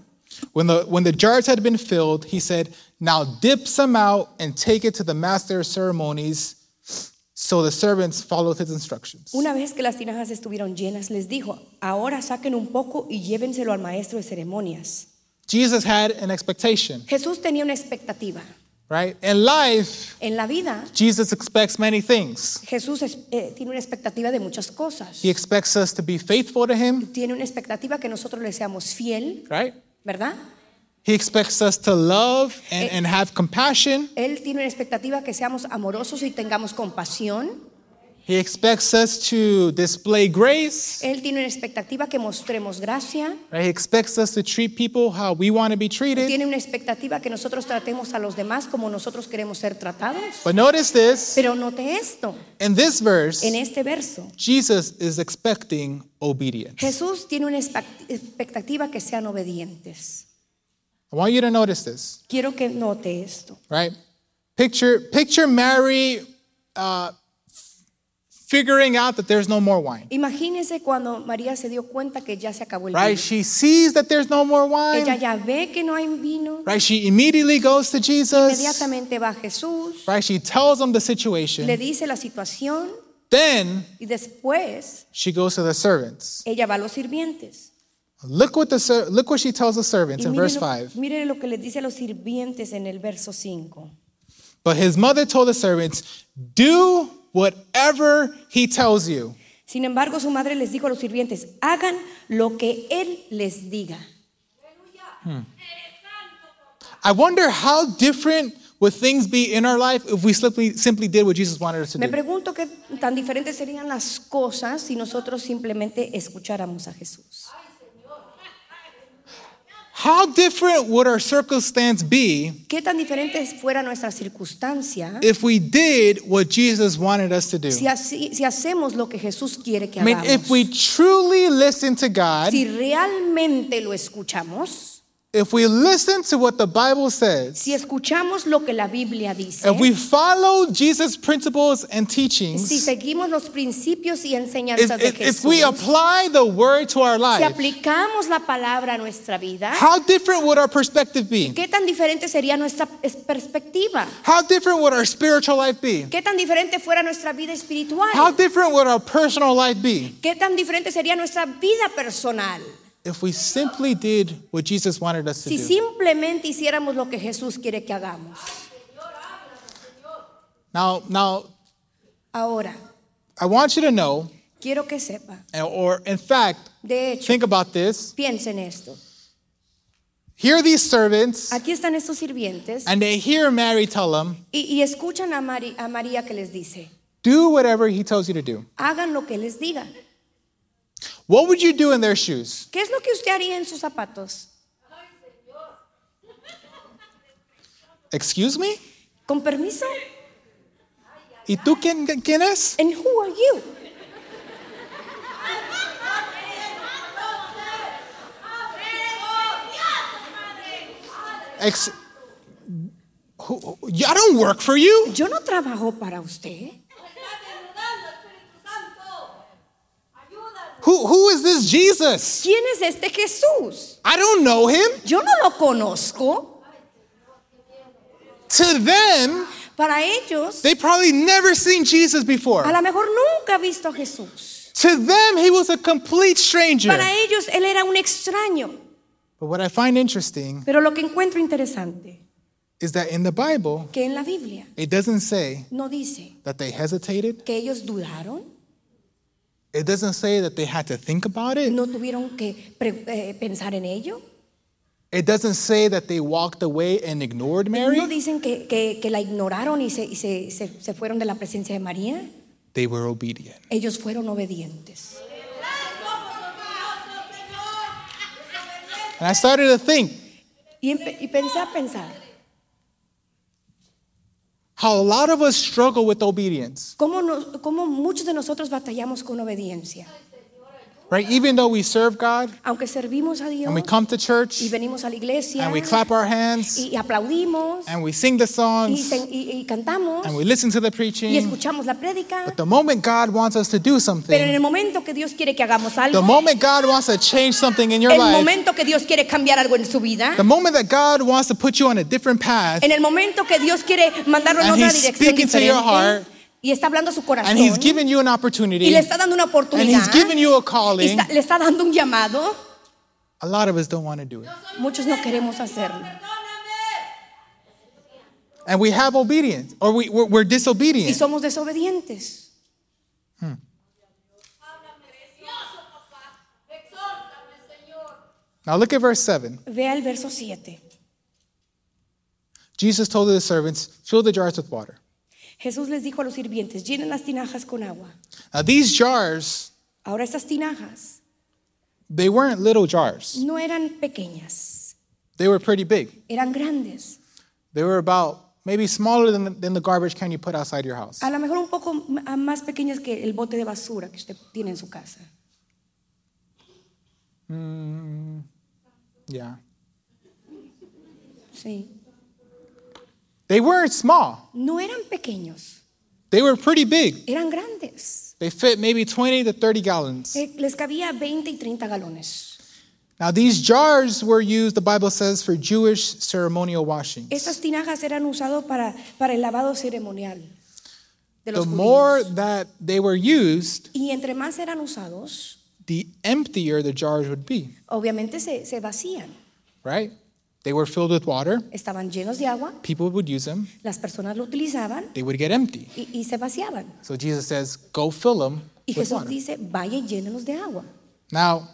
Speaker 2: When the, when the jars had been filled, he said, Now dip some out and take it to the master of ceremonies. So the servants followed his instructions.
Speaker 4: Una vez que las tinajas estuvieron llenas, les dijo, ahora saquen un poco y llévenselo al maestro de ceremonias.
Speaker 2: Jesus had an expectation,
Speaker 3: Jesús tenía una expectativa.
Speaker 2: right? In life,
Speaker 3: En la vida
Speaker 2: Jesus expects many things.
Speaker 3: Jesús es- eh, tiene una expectativa de muchas cosas.
Speaker 2: He expects us to be faithful to him,
Speaker 3: Tiene una expectativa que nosotros le seamos fiel,
Speaker 2: right?
Speaker 3: ¿verdad?
Speaker 2: He expects us to love and, and have compassion.
Speaker 3: Él tiene una expectativa que seamos amorosos y tengamos compasión.
Speaker 2: He expects us to display grace.
Speaker 3: Él tiene una expectativa que mostremos gracia.
Speaker 2: Right? He expects us to treat people how we want to be treated.
Speaker 3: Tiene una expectativa que nosotros tratemos a los demás como nosotros queremos ser tratados.
Speaker 2: But notice this
Speaker 3: Pero note esto,
Speaker 2: in this verse,
Speaker 3: en este verso,
Speaker 2: Jesus is expecting obedience.
Speaker 3: Jesús tiene una expect- expectativa que sean obedientes.
Speaker 2: I want you to notice this,
Speaker 4: Quiero que note esto.
Speaker 2: right? Picture, picture Mary uh, figuring out that there's no more wine,
Speaker 3: Imagínense cuando María se dio cuenta que ya se acabó el
Speaker 2: right?
Speaker 3: vino.
Speaker 2: She sees that there's no more
Speaker 3: Ella
Speaker 2: wine,
Speaker 3: ya ve que no hay vino.
Speaker 2: right? She immediately goes to Jesus,
Speaker 3: Inmediatamente va Jesús,
Speaker 2: right? She tells him the
Speaker 3: le
Speaker 2: situation.
Speaker 3: dice la situación
Speaker 2: Then
Speaker 3: y después
Speaker 2: she goes to the servants.
Speaker 3: ella va a los sirvientes.
Speaker 2: Look what the ser- look what she tells the servants
Speaker 4: Y
Speaker 2: in
Speaker 4: mire
Speaker 2: verse
Speaker 4: lo,
Speaker 2: five.
Speaker 4: mire lo que les dice a los sirvientes en el verso 5.
Speaker 2: But his mother told the servants, "Do whatever he tells you."
Speaker 4: Sin embargo, su madre les dijo a los sirvientes, hagan lo que él les diga.
Speaker 2: I wonder how different would things be in our life if we simply, simply did what Jesus wanted us to
Speaker 3: Me
Speaker 2: do.
Speaker 3: pregunto qué tan diferentes serían las cosas si nosotros simplemente escucháramos a Jesús.
Speaker 2: How different would our circumstance be
Speaker 3: ¿Qué tan diferentes fuera nuestra circunstancia
Speaker 2: if we did what Jesus wanted us to do?
Speaker 3: si, así- si hacemos lo que Jesús quiere que
Speaker 2: I mean,
Speaker 3: hagamos?
Speaker 2: if we truly listen to God,
Speaker 3: si realmente lo escuchamos,
Speaker 2: if we listen to what the Bible says,
Speaker 3: si escuchamos lo que la Biblia dice,
Speaker 2: if we follow Jesus' principles and
Speaker 3: si
Speaker 2: teachings, if,
Speaker 3: seguimos los principios y enseñanzas de
Speaker 2: if,
Speaker 3: Jesús,
Speaker 2: if we apply the word to our
Speaker 3: si
Speaker 2: life,
Speaker 3: aplicamos la palabra a nuestra vida,
Speaker 2: how different would our perspective be?
Speaker 3: ¿qué tan diferente sería nuestra es- perspectiva?
Speaker 2: How different would our spiritual life be?
Speaker 3: ¿Qué tan diferente fuera nuestra vida espiritual?
Speaker 2: How different would our personal life be?
Speaker 3: ¿Qué tan diferente sería nuestra vida personal
Speaker 2: if we simply did what Jesus wanted us to
Speaker 3: si
Speaker 2: do.
Speaker 3: simplemente hiciéramos lo que Jesús quiere que hagamos?
Speaker 2: Now, now
Speaker 3: Ahora,
Speaker 2: I want you to know,
Speaker 3: quiero que sepa,
Speaker 2: or in fact,
Speaker 3: de hecho,
Speaker 2: think about this.
Speaker 3: piensen esto.
Speaker 2: Hear these servants,
Speaker 3: Aquí están estos sirvientes
Speaker 2: and they hear Mary tell them,
Speaker 3: y, y escuchan a, Mari- a María que les dice,
Speaker 2: "Do whatever he tells you to do."
Speaker 3: hagan lo que les diga.
Speaker 2: What would you do in their shoes?
Speaker 3: ¿Qué es lo que usted haría en sus zapatos?
Speaker 2: Excuse me?
Speaker 3: ¿Con permiso?
Speaker 2: ¿Y tú quién, quién es?
Speaker 3: And who are you?
Speaker 2: Ex- who, who- I don't work for you.
Speaker 3: Yo no trabajo para usted.
Speaker 2: Who, who is this Jesus?
Speaker 3: ¿Quién es este Jesús?
Speaker 2: I don't know him.
Speaker 3: Yo no lo conozco.
Speaker 2: To them,
Speaker 3: Para ellos,
Speaker 2: they probably never seen Jesus before.
Speaker 3: a lo mejor nunca ha visto a Jesús.
Speaker 2: To them, he was a complete stranger.
Speaker 3: Para ellos, él era un extraño.
Speaker 2: But what I find interesting
Speaker 3: Pero lo que encuentro interesante,
Speaker 2: is that in the Bible,
Speaker 3: que en la Biblia
Speaker 2: it doesn't say
Speaker 3: no dice
Speaker 2: that they hesitated.
Speaker 3: que ellos dudaron,
Speaker 2: It doesn't say that they had to think about it.
Speaker 3: no tuvieron que pre- eh, pensar en ello.
Speaker 2: It doesn't say that they walked away and ignored
Speaker 3: No
Speaker 2: Mary.
Speaker 3: dicen que, que- que la ignoraron y, se, y se- se- se fueron de la presencia de María.
Speaker 2: They were obedient.
Speaker 3: Ellos fueron obedientes.
Speaker 2: And I started to think
Speaker 3: Y, empe- y pensé a pensar,
Speaker 2: how a lot of us struggle with obedience,
Speaker 3: ¿cómo, nos- cómo muchos de nosotros batallamos con obediencia?
Speaker 2: right? Even though we serve God
Speaker 3: Aunque servimos a Dios
Speaker 2: and we come to church
Speaker 3: y venimos a la iglesia
Speaker 2: and we clap our hands
Speaker 3: y, y aplaudimos
Speaker 2: and we sing the
Speaker 3: y,
Speaker 2: songs
Speaker 3: se- y- y cantamos
Speaker 2: and we listen to the
Speaker 3: y
Speaker 2: preaching.
Speaker 3: escuchamos la prédica,
Speaker 2: But the moment God wants us to do
Speaker 3: pero en el
Speaker 2: something,
Speaker 3: momento que Dios quiere que hagamos
Speaker 2: the
Speaker 3: algo,
Speaker 2: moment God wants to change something in your
Speaker 3: el
Speaker 2: life,
Speaker 3: momento que Dios quiere cambiar algo en su vida,
Speaker 2: the moment that God wants to put you on a different path,
Speaker 3: en el momento que Dios quiere mandarlo en
Speaker 2: And
Speaker 3: otra
Speaker 2: he's
Speaker 3: dirección
Speaker 2: speaking to your
Speaker 3: diferente
Speaker 2: heart.
Speaker 3: y está hablando a su corazón
Speaker 2: and He's giving you an
Speaker 3: y
Speaker 2: opportunity,
Speaker 3: le está dando una
Speaker 2: and
Speaker 3: oportunidad
Speaker 2: He's giving you a
Speaker 3: y
Speaker 2: calling,
Speaker 3: está- le está dando un llamado,
Speaker 2: a lot of us don't want to do it.
Speaker 3: muchos no queremos hacerlo.
Speaker 2: And we have obedience, or we, we're, we're
Speaker 3: y
Speaker 2: disobedient.
Speaker 3: somos desobedientes.
Speaker 2: Now look at verse 7.
Speaker 3: Vea el verso 7.
Speaker 2: Jesus told the servants, fill the jars with water.
Speaker 3: Jesús les dijo a los sirvientes, llenen las tinajas con agua.
Speaker 2: Now these jars,
Speaker 3: Ahora estas tinajas
Speaker 2: they weren't little jars.
Speaker 3: no eran pequeñas,
Speaker 2: They were pretty big.
Speaker 3: eran grandes.
Speaker 2: They were about maybe smaller than, than the garbage can you put outside your house.
Speaker 3: A lo mejor un poco m- a- más pequeñas que el bote de basura que usted tiene en su casa.
Speaker 2: Yeah.
Speaker 3: Sí.
Speaker 2: They weren't small.
Speaker 3: No eran pequeños,
Speaker 2: They were pretty big.
Speaker 3: eran grandes.
Speaker 2: They fit maybe 20 to 30 gallons.
Speaker 3: Eh, Les cabía 20 y 30 galones.
Speaker 2: Now these jars were used, the Bible says, for Jewish ceremonial washing.
Speaker 3: Estas tinajas eran usadas para, para el lavado ceremonial de los
Speaker 2: The
Speaker 3: judíos.
Speaker 2: more that they were used,
Speaker 3: Y entre más eran usados,
Speaker 2: the emptier the jars would be,
Speaker 3: obviamente se, se vacían.
Speaker 2: right? They were filled with water.
Speaker 3: Estaban llenos de agua,
Speaker 2: People would use them.
Speaker 3: las personas lo utilizaban
Speaker 2: They would get empty.
Speaker 3: y, y se vaciaban.
Speaker 2: So Jesus says, go fill them
Speaker 3: Y
Speaker 2: with
Speaker 3: Jesús
Speaker 2: water.
Speaker 3: dice, vaya y llénelos de agua.
Speaker 2: Now,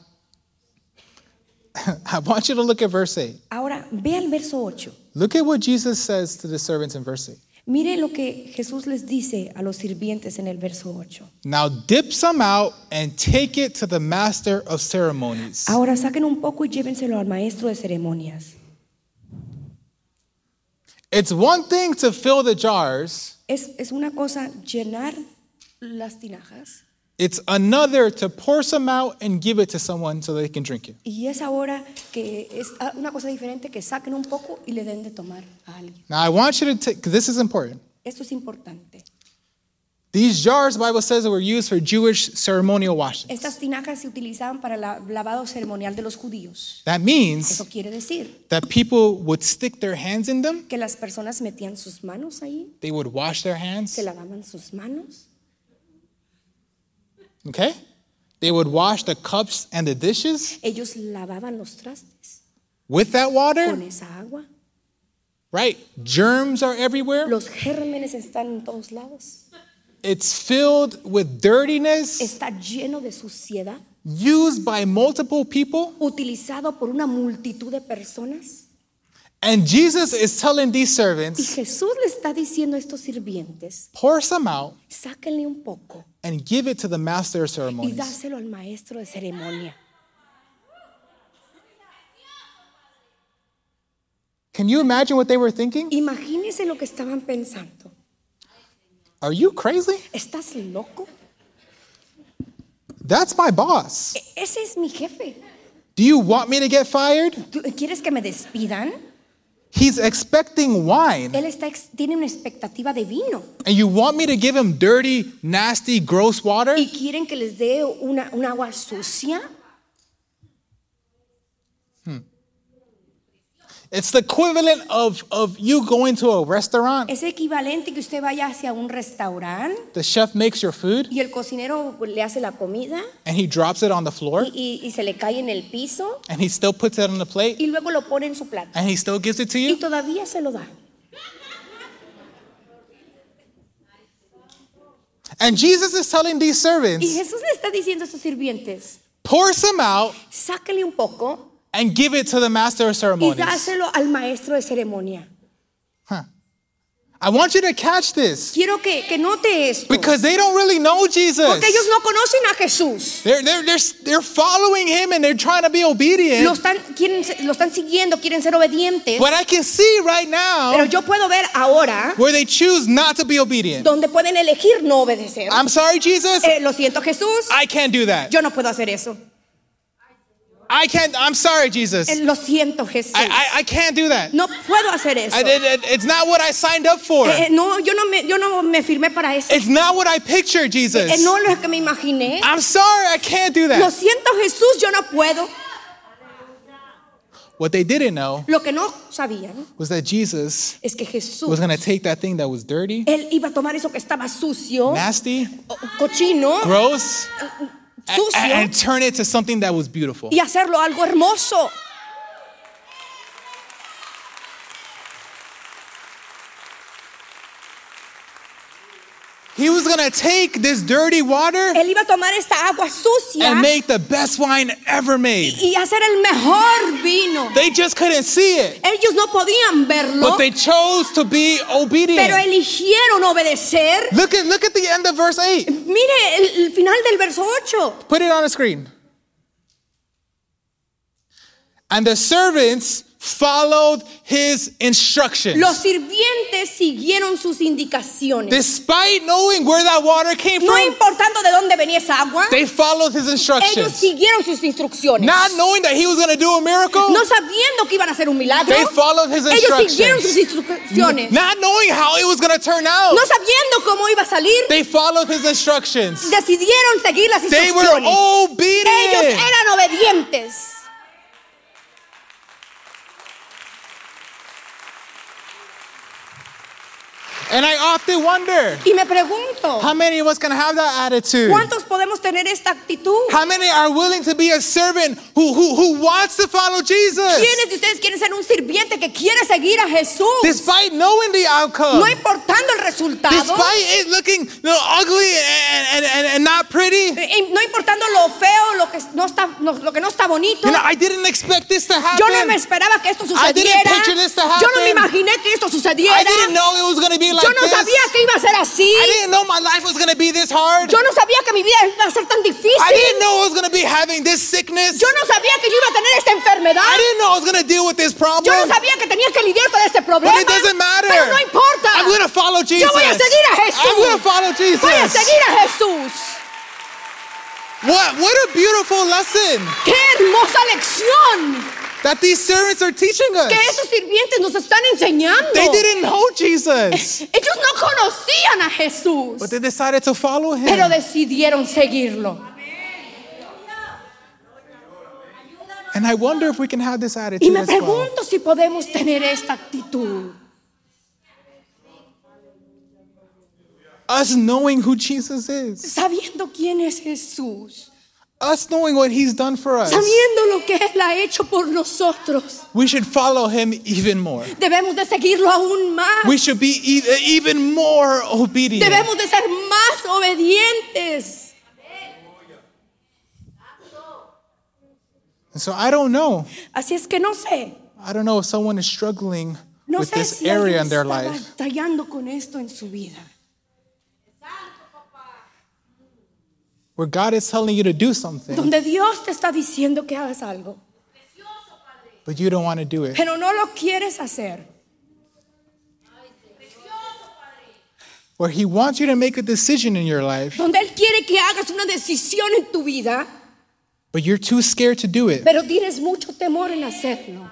Speaker 2: I want you to look at verse 8.
Speaker 3: Ahora, ve al verso 8.
Speaker 2: Look at what Jesus says to the servants in verse 8.
Speaker 3: Mire lo que Jesús les dice a los sirvientes en el verso 8.
Speaker 2: Now dip some out and take it to the master of ceremonies.
Speaker 3: Ahora saquen un poco y llévenselo al maestro de ceremonias.
Speaker 2: It's one thing to fill the jars,
Speaker 3: Es, es una cosa llenar las tinajas
Speaker 2: it's another to pour some out and give it to someone so they can drink it.
Speaker 3: y es ahora que es ah, una cosa diferente que saquen un poco y le den de tomar a alguien.
Speaker 2: Now I want you to take, because this is important.
Speaker 3: Esto es importante.
Speaker 2: These jars, the Bible says, were used for Jewish ceremonial washing.
Speaker 3: Estas tinajas se utilizaban para el lavado ceremonial de los judíos.
Speaker 2: That means
Speaker 3: Eso quiere decir
Speaker 2: that people would stick their hands in them,
Speaker 3: que las personas metían sus manos ahí,
Speaker 2: they would wash their hands,
Speaker 3: se lavaban sus manos,
Speaker 2: okay? They would wash the cups and the dishes
Speaker 3: ellos lavaban los trastes
Speaker 2: with that
Speaker 3: con
Speaker 2: water,
Speaker 3: esa agua,
Speaker 2: right? Germs are everywhere.
Speaker 3: los gérmenes están en todos lados,
Speaker 2: It's filled with dirtiness,
Speaker 3: está lleno de suciedad,
Speaker 2: used by multiple people.
Speaker 3: utilizado por una multitud de personas.
Speaker 2: And Jesus is telling these
Speaker 3: Y
Speaker 2: servants,
Speaker 3: Jesús le está diciendo a estos sirvientes,
Speaker 2: pour some out
Speaker 3: sáquenle un poco
Speaker 2: and give it to the master of
Speaker 3: y
Speaker 2: ceremonies.
Speaker 3: dáselo al maestro de ceremonia.
Speaker 2: Can you imagine what they were thinking?
Speaker 3: Imagínense lo que estaban pensando.
Speaker 2: Are you crazy?
Speaker 3: ¿Estás loco?
Speaker 2: That's my boss.
Speaker 3: E- Ese es mi jefe.
Speaker 2: Do you want me to get fired?
Speaker 3: ¿Tú- ¿Quieres que me despidan?
Speaker 2: He's expecting wine,
Speaker 3: Él está ex- tiene una expectativa de vino
Speaker 2: and you want me to give him dirty, nasty, gross water?
Speaker 3: y quieren que les dé una, un agua sucia.
Speaker 2: It's the equivalent of, of you going to a restaurant.
Speaker 3: Es equivalente que usted vaya hacia un restaurante
Speaker 2: The chef makes your food,
Speaker 3: y el cocinero le hace la comida
Speaker 2: and he drops it on the floor,
Speaker 3: y, y- y se le cae en el piso
Speaker 2: and he still puts it on the plate,
Speaker 3: y luego lo pone en su plato
Speaker 2: and he still gives it to
Speaker 3: y
Speaker 2: you.
Speaker 3: todavía se lo da.
Speaker 2: And Jesus is telling these
Speaker 3: Y
Speaker 2: servants,
Speaker 3: Jesús le está diciendo a sus sirvientes,
Speaker 2: pour some out
Speaker 3: sáquele un poco
Speaker 2: and give it to the master of
Speaker 3: y
Speaker 2: ceremonies.
Speaker 3: dáselo al maestro de ceremonia.
Speaker 2: Huh. I want you to catch this
Speaker 3: Quiero que, que note esto.
Speaker 2: because they don't really know
Speaker 3: Porque ellos
Speaker 2: Jesus.
Speaker 3: no conocen a Jesús.
Speaker 2: They're, they're, they're, they're following him and they're trying to be
Speaker 3: Lo
Speaker 2: obedient.
Speaker 3: están, quieren se- lo están siguiendo, quieren ser obedientes.
Speaker 2: But I can see right
Speaker 3: Pero
Speaker 2: now
Speaker 3: yo puedo ver ahora
Speaker 2: where they choose not to be obedient.
Speaker 3: donde pueden elegir no obedecer.
Speaker 2: I'm sorry, Jesus.
Speaker 3: Eh, lo siento, Jesús.
Speaker 2: I can't do that.
Speaker 3: Yo no puedo hacer eso.
Speaker 2: I can't. I'm sorry,
Speaker 3: Eh,
Speaker 2: Jesus.
Speaker 3: Lo siento, Jesús.
Speaker 2: I, I, I can't do that.
Speaker 3: No puedo hacer eso.
Speaker 2: I, it- it- it's not what I signed up for.
Speaker 3: Eh, eh, no, yo no, me, yo no me firmé para eso.
Speaker 2: It's not what I pictured,
Speaker 3: Eh,
Speaker 2: Jesus.
Speaker 3: no lo que me imaginé.
Speaker 2: I'm sorry, I can't do
Speaker 3: Lo
Speaker 2: that.
Speaker 3: siento, Jesús, yo no puedo.
Speaker 2: What they didn't know
Speaker 3: Lo que no sabían
Speaker 2: was that Jesus
Speaker 3: es que
Speaker 2: was
Speaker 3: Jesús,
Speaker 2: going to take that thing that was dirty,
Speaker 3: él iba a tomar eso que estaba sucio,
Speaker 2: nasty,
Speaker 3: o- cochino,
Speaker 2: gross, a- a-
Speaker 3: sucio,
Speaker 2: and turn it to something that was beautiful.
Speaker 3: y hacerlo algo hermoso.
Speaker 2: He was going to take this dirty water
Speaker 3: Él iba a tomar esta agua sucia
Speaker 2: and make the best wine ever made.
Speaker 3: y hacer el mejor vino.
Speaker 2: They just couldn't see it,
Speaker 3: Ellos no podían verlo,
Speaker 2: but they chose to be
Speaker 3: pero
Speaker 2: obedient.
Speaker 3: eligieron obedecer.
Speaker 2: Look at look at the end of verse 8.
Speaker 3: Mire el, el final del verso 8.
Speaker 2: Put it on the screen. And the servants followed his instructions.
Speaker 3: Los sirvientes siguieron sus indicaciones.
Speaker 2: Despite knowing where that water came
Speaker 3: No
Speaker 2: from,
Speaker 3: importando de dónde venía esa agua,
Speaker 2: they followed his
Speaker 3: ellos
Speaker 2: instructions.
Speaker 3: siguieron sus instrucciones.
Speaker 2: Not knowing that he was going to do a miracle,
Speaker 3: No sabiendo que iban a hacer un milagro,
Speaker 2: they followed his
Speaker 3: ellos siguieron sus
Speaker 2: instructions.
Speaker 3: instrucciones.
Speaker 2: Not knowing how it was going to turn out,
Speaker 3: No sabiendo cómo iba a salir,
Speaker 2: they followed his instructions.
Speaker 3: decidieron seguir las
Speaker 2: They were
Speaker 3: instrucciones. Ellos
Speaker 2: obedient.
Speaker 3: eran obedientes.
Speaker 2: And I often wonder
Speaker 3: Y me pregunto,
Speaker 2: how many of us can have that attitude?
Speaker 3: ¿cuántos podemos tener esta actitud?
Speaker 2: How many are willing to be a servant who, who, who wants to follow Jesus
Speaker 3: ¿Quiénes de ustedes quieren ser un sirviente que quiere seguir a Jesús?
Speaker 2: despite knowing the outcome?
Speaker 3: No importando el resultado,
Speaker 2: Despite it looking you know, ugly and, and, and, and not pretty?
Speaker 3: eh, eh, no importando lo feo, lo que no está, no- lo que no está bonito.
Speaker 2: You know, I didn't expect this to happen.
Speaker 3: Yo no me esperaba que esto
Speaker 2: I didn't
Speaker 3: sucediera.
Speaker 2: picture this to
Speaker 3: Yo no me
Speaker 2: happen.
Speaker 3: imaginé que esto
Speaker 2: I
Speaker 3: sucediera.
Speaker 2: didn't know it was going to be like
Speaker 3: Yo no
Speaker 2: this.
Speaker 3: sabía que iba a ser así.
Speaker 2: I didn't know my life was going to be this hard.
Speaker 3: Yo no sabía que mi vida iba a ser tan
Speaker 2: I
Speaker 3: difícil.
Speaker 2: didn't know I was going to be having this sickness.
Speaker 3: Yo no sabía que yo iba a tener esta enfermedad.
Speaker 2: I didn't know I was going to deal with this problem.
Speaker 3: Yo no sabía que tenía que lidiar con este
Speaker 2: But
Speaker 3: problema.
Speaker 2: it doesn't matter.
Speaker 3: Pero no importa.
Speaker 2: I'm going to follow Jesus.
Speaker 3: Yo voy a seguir a Jesús.
Speaker 2: I'm going to follow Jesus.
Speaker 3: Voy a seguir a Jesús.
Speaker 2: What, what a beautiful lesson
Speaker 3: ¡Qué hermosa lección!
Speaker 2: that these servants are teaching us.
Speaker 3: Que esos sirvientes nos están enseñando.
Speaker 2: They didn't know Jesus,
Speaker 3: Ellos no conocían a Jesús,
Speaker 2: but they decided to follow him.
Speaker 3: pero decidieron seguirlo.
Speaker 2: and I wonder if we can have this attitude
Speaker 3: Y me
Speaker 2: as well.
Speaker 3: pregunto si podemos tener esta actitud.
Speaker 2: Us knowing who Jesus is,
Speaker 3: Sabiendo quién es Jesús,
Speaker 2: us knowing what he's done for us,
Speaker 3: sabiendo lo que Él ha hecho por nosotros,
Speaker 2: we should follow him even more.
Speaker 3: debemos de seguirlo aún más.
Speaker 2: We should be e- even more obedient.
Speaker 3: Debemos de ser más obedientes.
Speaker 2: And so I don't know
Speaker 3: Así es que no sé.
Speaker 2: I don't know if someone is struggling
Speaker 3: No
Speaker 2: with
Speaker 3: sé
Speaker 2: this
Speaker 3: si
Speaker 2: area
Speaker 3: alguien
Speaker 2: in their
Speaker 3: está
Speaker 2: life.
Speaker 3: batallando con esto en su vida.
Speaker 2: where God is telling you to do something,
Speaker 3: Donde Dios te está diciendo que hagas algo,
Speaker 2: but you don't want to do it.
Speaker 3: pero no lo quieres hacer.
Speaker 2: Where He wants you to make a decision in your life,
Speaker 3: Donde Él quiere que hagas una decisión en tu vida,
Speaker 2: but you're too scared to do it.
Speaker 3: pero tienes mucho temor en hacerlo.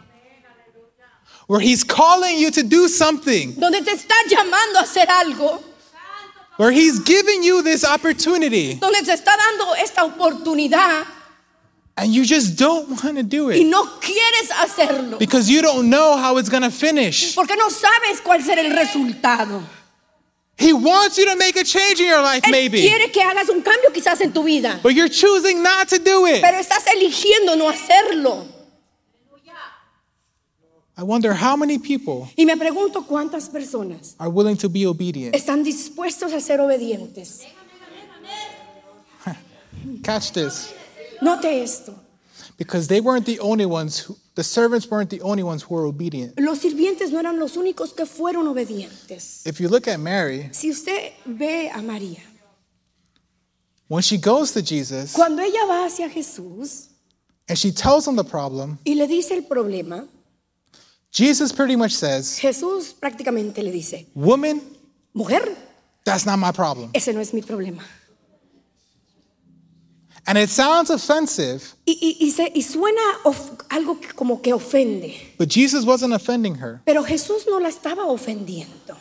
Speaker 2: Where He's calling you to do something,
Speaker 3: Donde te está llamando a hacer algo,
Speaker 2: where He's giving you this opportunity,
Speaker 3: donde te está dando esta oportunidad
Speaker 2: and you just don't want to do
Speaker 3: y
Speaker 2: it
Speaker 3: no quieres hacerlo.
Speaker 2: because you don't know how it's going to finish.
Speaker 3: Porque no sabes cuál será el resultado.
Speaker 2: He wants you to make a change in your life,
Speaker 3: Él
Speaker 2: maybe,
Speaker 3: quiere que hagas un cambio quizás en tu vida,
Speaker 2: but you're choosing not to do it.
Speaker 3: pero estás eligiendo no hacerlo.
Speaker 2: I wonder how many people
Speaker 3: Y me pregunto cuántas personas
Speaker 2: are willing to be obedient.
Speaker 3: están dispuestos a ser obedientes.
Speaker 2: Catch this.
Speaker 3: Note esto.
Speaker 2: Because they weren't the only ones, who, the servants weren't the only ones who were obedient.
Speaker 3: Los sirvientes no eran los únicos que fueron obedientes.
Speaker 2: If you look at Mary,
Speaker 3: Si usted ve a María,
Speaker 2: when she goes to Jesus
Speaker 3: cuando ella va hacia Jesús
Speaker 2: and she tells him the problem,
Speaker 3: y le dice el problema,
Speaker 2: Jesus pretty much says,
Speaker 3: Jesús prácticamente le dice,
Speaker 2: Woman,
Speaker 3: mujer,
Speaker 2: that's not my problem.
Speaker 3: ese no es mi problema.
Speaker 2: And it sounds offensive,
Speaker 3: Y, y- y se- y suena of- algo que- como que ofende,
Speaker 2: but Jesus wasn't offending her.
Speaker 3: pero Jesús no la estaba ofendiendo.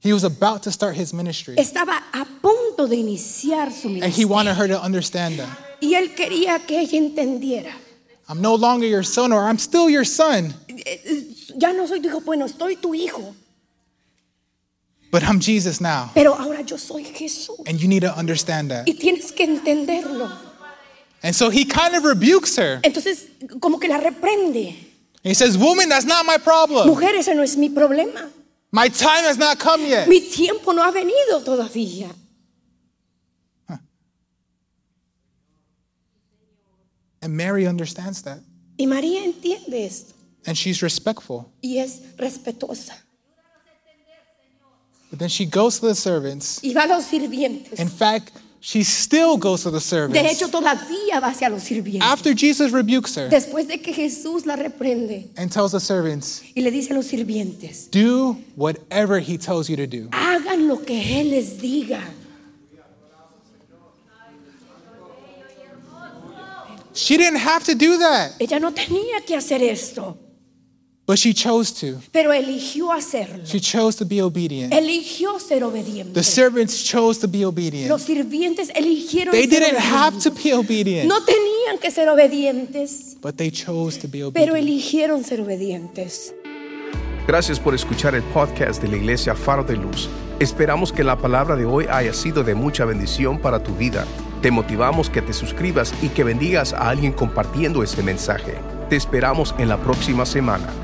Speaker 2: He was about to start his ministry,
Speaker 3: Estaba a punto de iniciar su
Speaker 2: and he
Speaker 3: ministerio.
Speaker 2: wanted her to understand that.
Speaker 3: Y él quería que ella entendiera.
Speaker 2: I'm no longer your son, or I'm still your son,
Speaker 3: Eh, eh, Ya no soy tu hijo, bueno, estoy tu hijo,
Speaker 2: but I'm Jesus now.
Speaker 3: pero ahora yo soy Jesús.
Speaker 2: And you need to understand that.
Speaker 3: Y tienes que entenderlo.
Speaker 2: And so he kind of rebukes her.
Speaker 3: Entonces, como que la reprende.
Speaker 2: He says, Woman, that's not my problem.
Speaker 3: Mujer, ese no es mi problema.
Speaker 2: My time has not come yet.
Speaker 3: Mi tiempo no ha venido todavía.
Speaker 2: And Mary understands that.
Speaker 3: Y María entiende esto
Speaker 2: And she's respectful.
Speaker 3: y es respetuosa.
Speaker 2: But then she goes to the servants.
Speaker 3: Y va a los sirvientes.
Speaker 2: In fact, she still goes to the
Speaker 3: De hecho,
Speaker 2: servants.
Speaker 3: todavía va hacia los sirvientes.
Speaker 2: After Jesus rebukes her
Speaker 3: Después de que Jesús la reprende
Speaker 2: and tells the servants,
Speaker 3: y le dice a los sirvientes,
Speaker 2: Do whatever he tells you to do.
Speaker 3: hagan lo que Él les diga.
Speaker 2: She didn't have to do that,
Speaker 3: Ella no tenía que hacer esto,
Speaker 2: but she chose to.
Speaker 3: pero eligió hacerlo.
Speaker 2: She chose to be obedient.
Speaker 3: Eligió ser obediente.
Speaker 2: The servants chose to be
Speaker 3: Los
Speaker 2: obedient.
Speaker 3: sirvientes eligieron
Speaker 2: They
Speaker 3: ser
Speaker 2: didn't have
Speaker 3: obedientes.
Speaker 2: to be obedient,
Speaker 3: No tenían que ser obedientes,
Speaker 2: but they chose to be
Speaker 3: pero
Speaker 2: obedient.
Speaker 3: eligieron ser obedientes.
Speaker 1: Gracias por escuchar el podcast de la Iglesia Faro de Luz. Esperamos que la palabra de hoy haya sido de mucha bendición para tu vida. Te motivamos que te suscribas y que bendigas a alguien compartiendo este mensaje. Te esperamos en la próxima semana.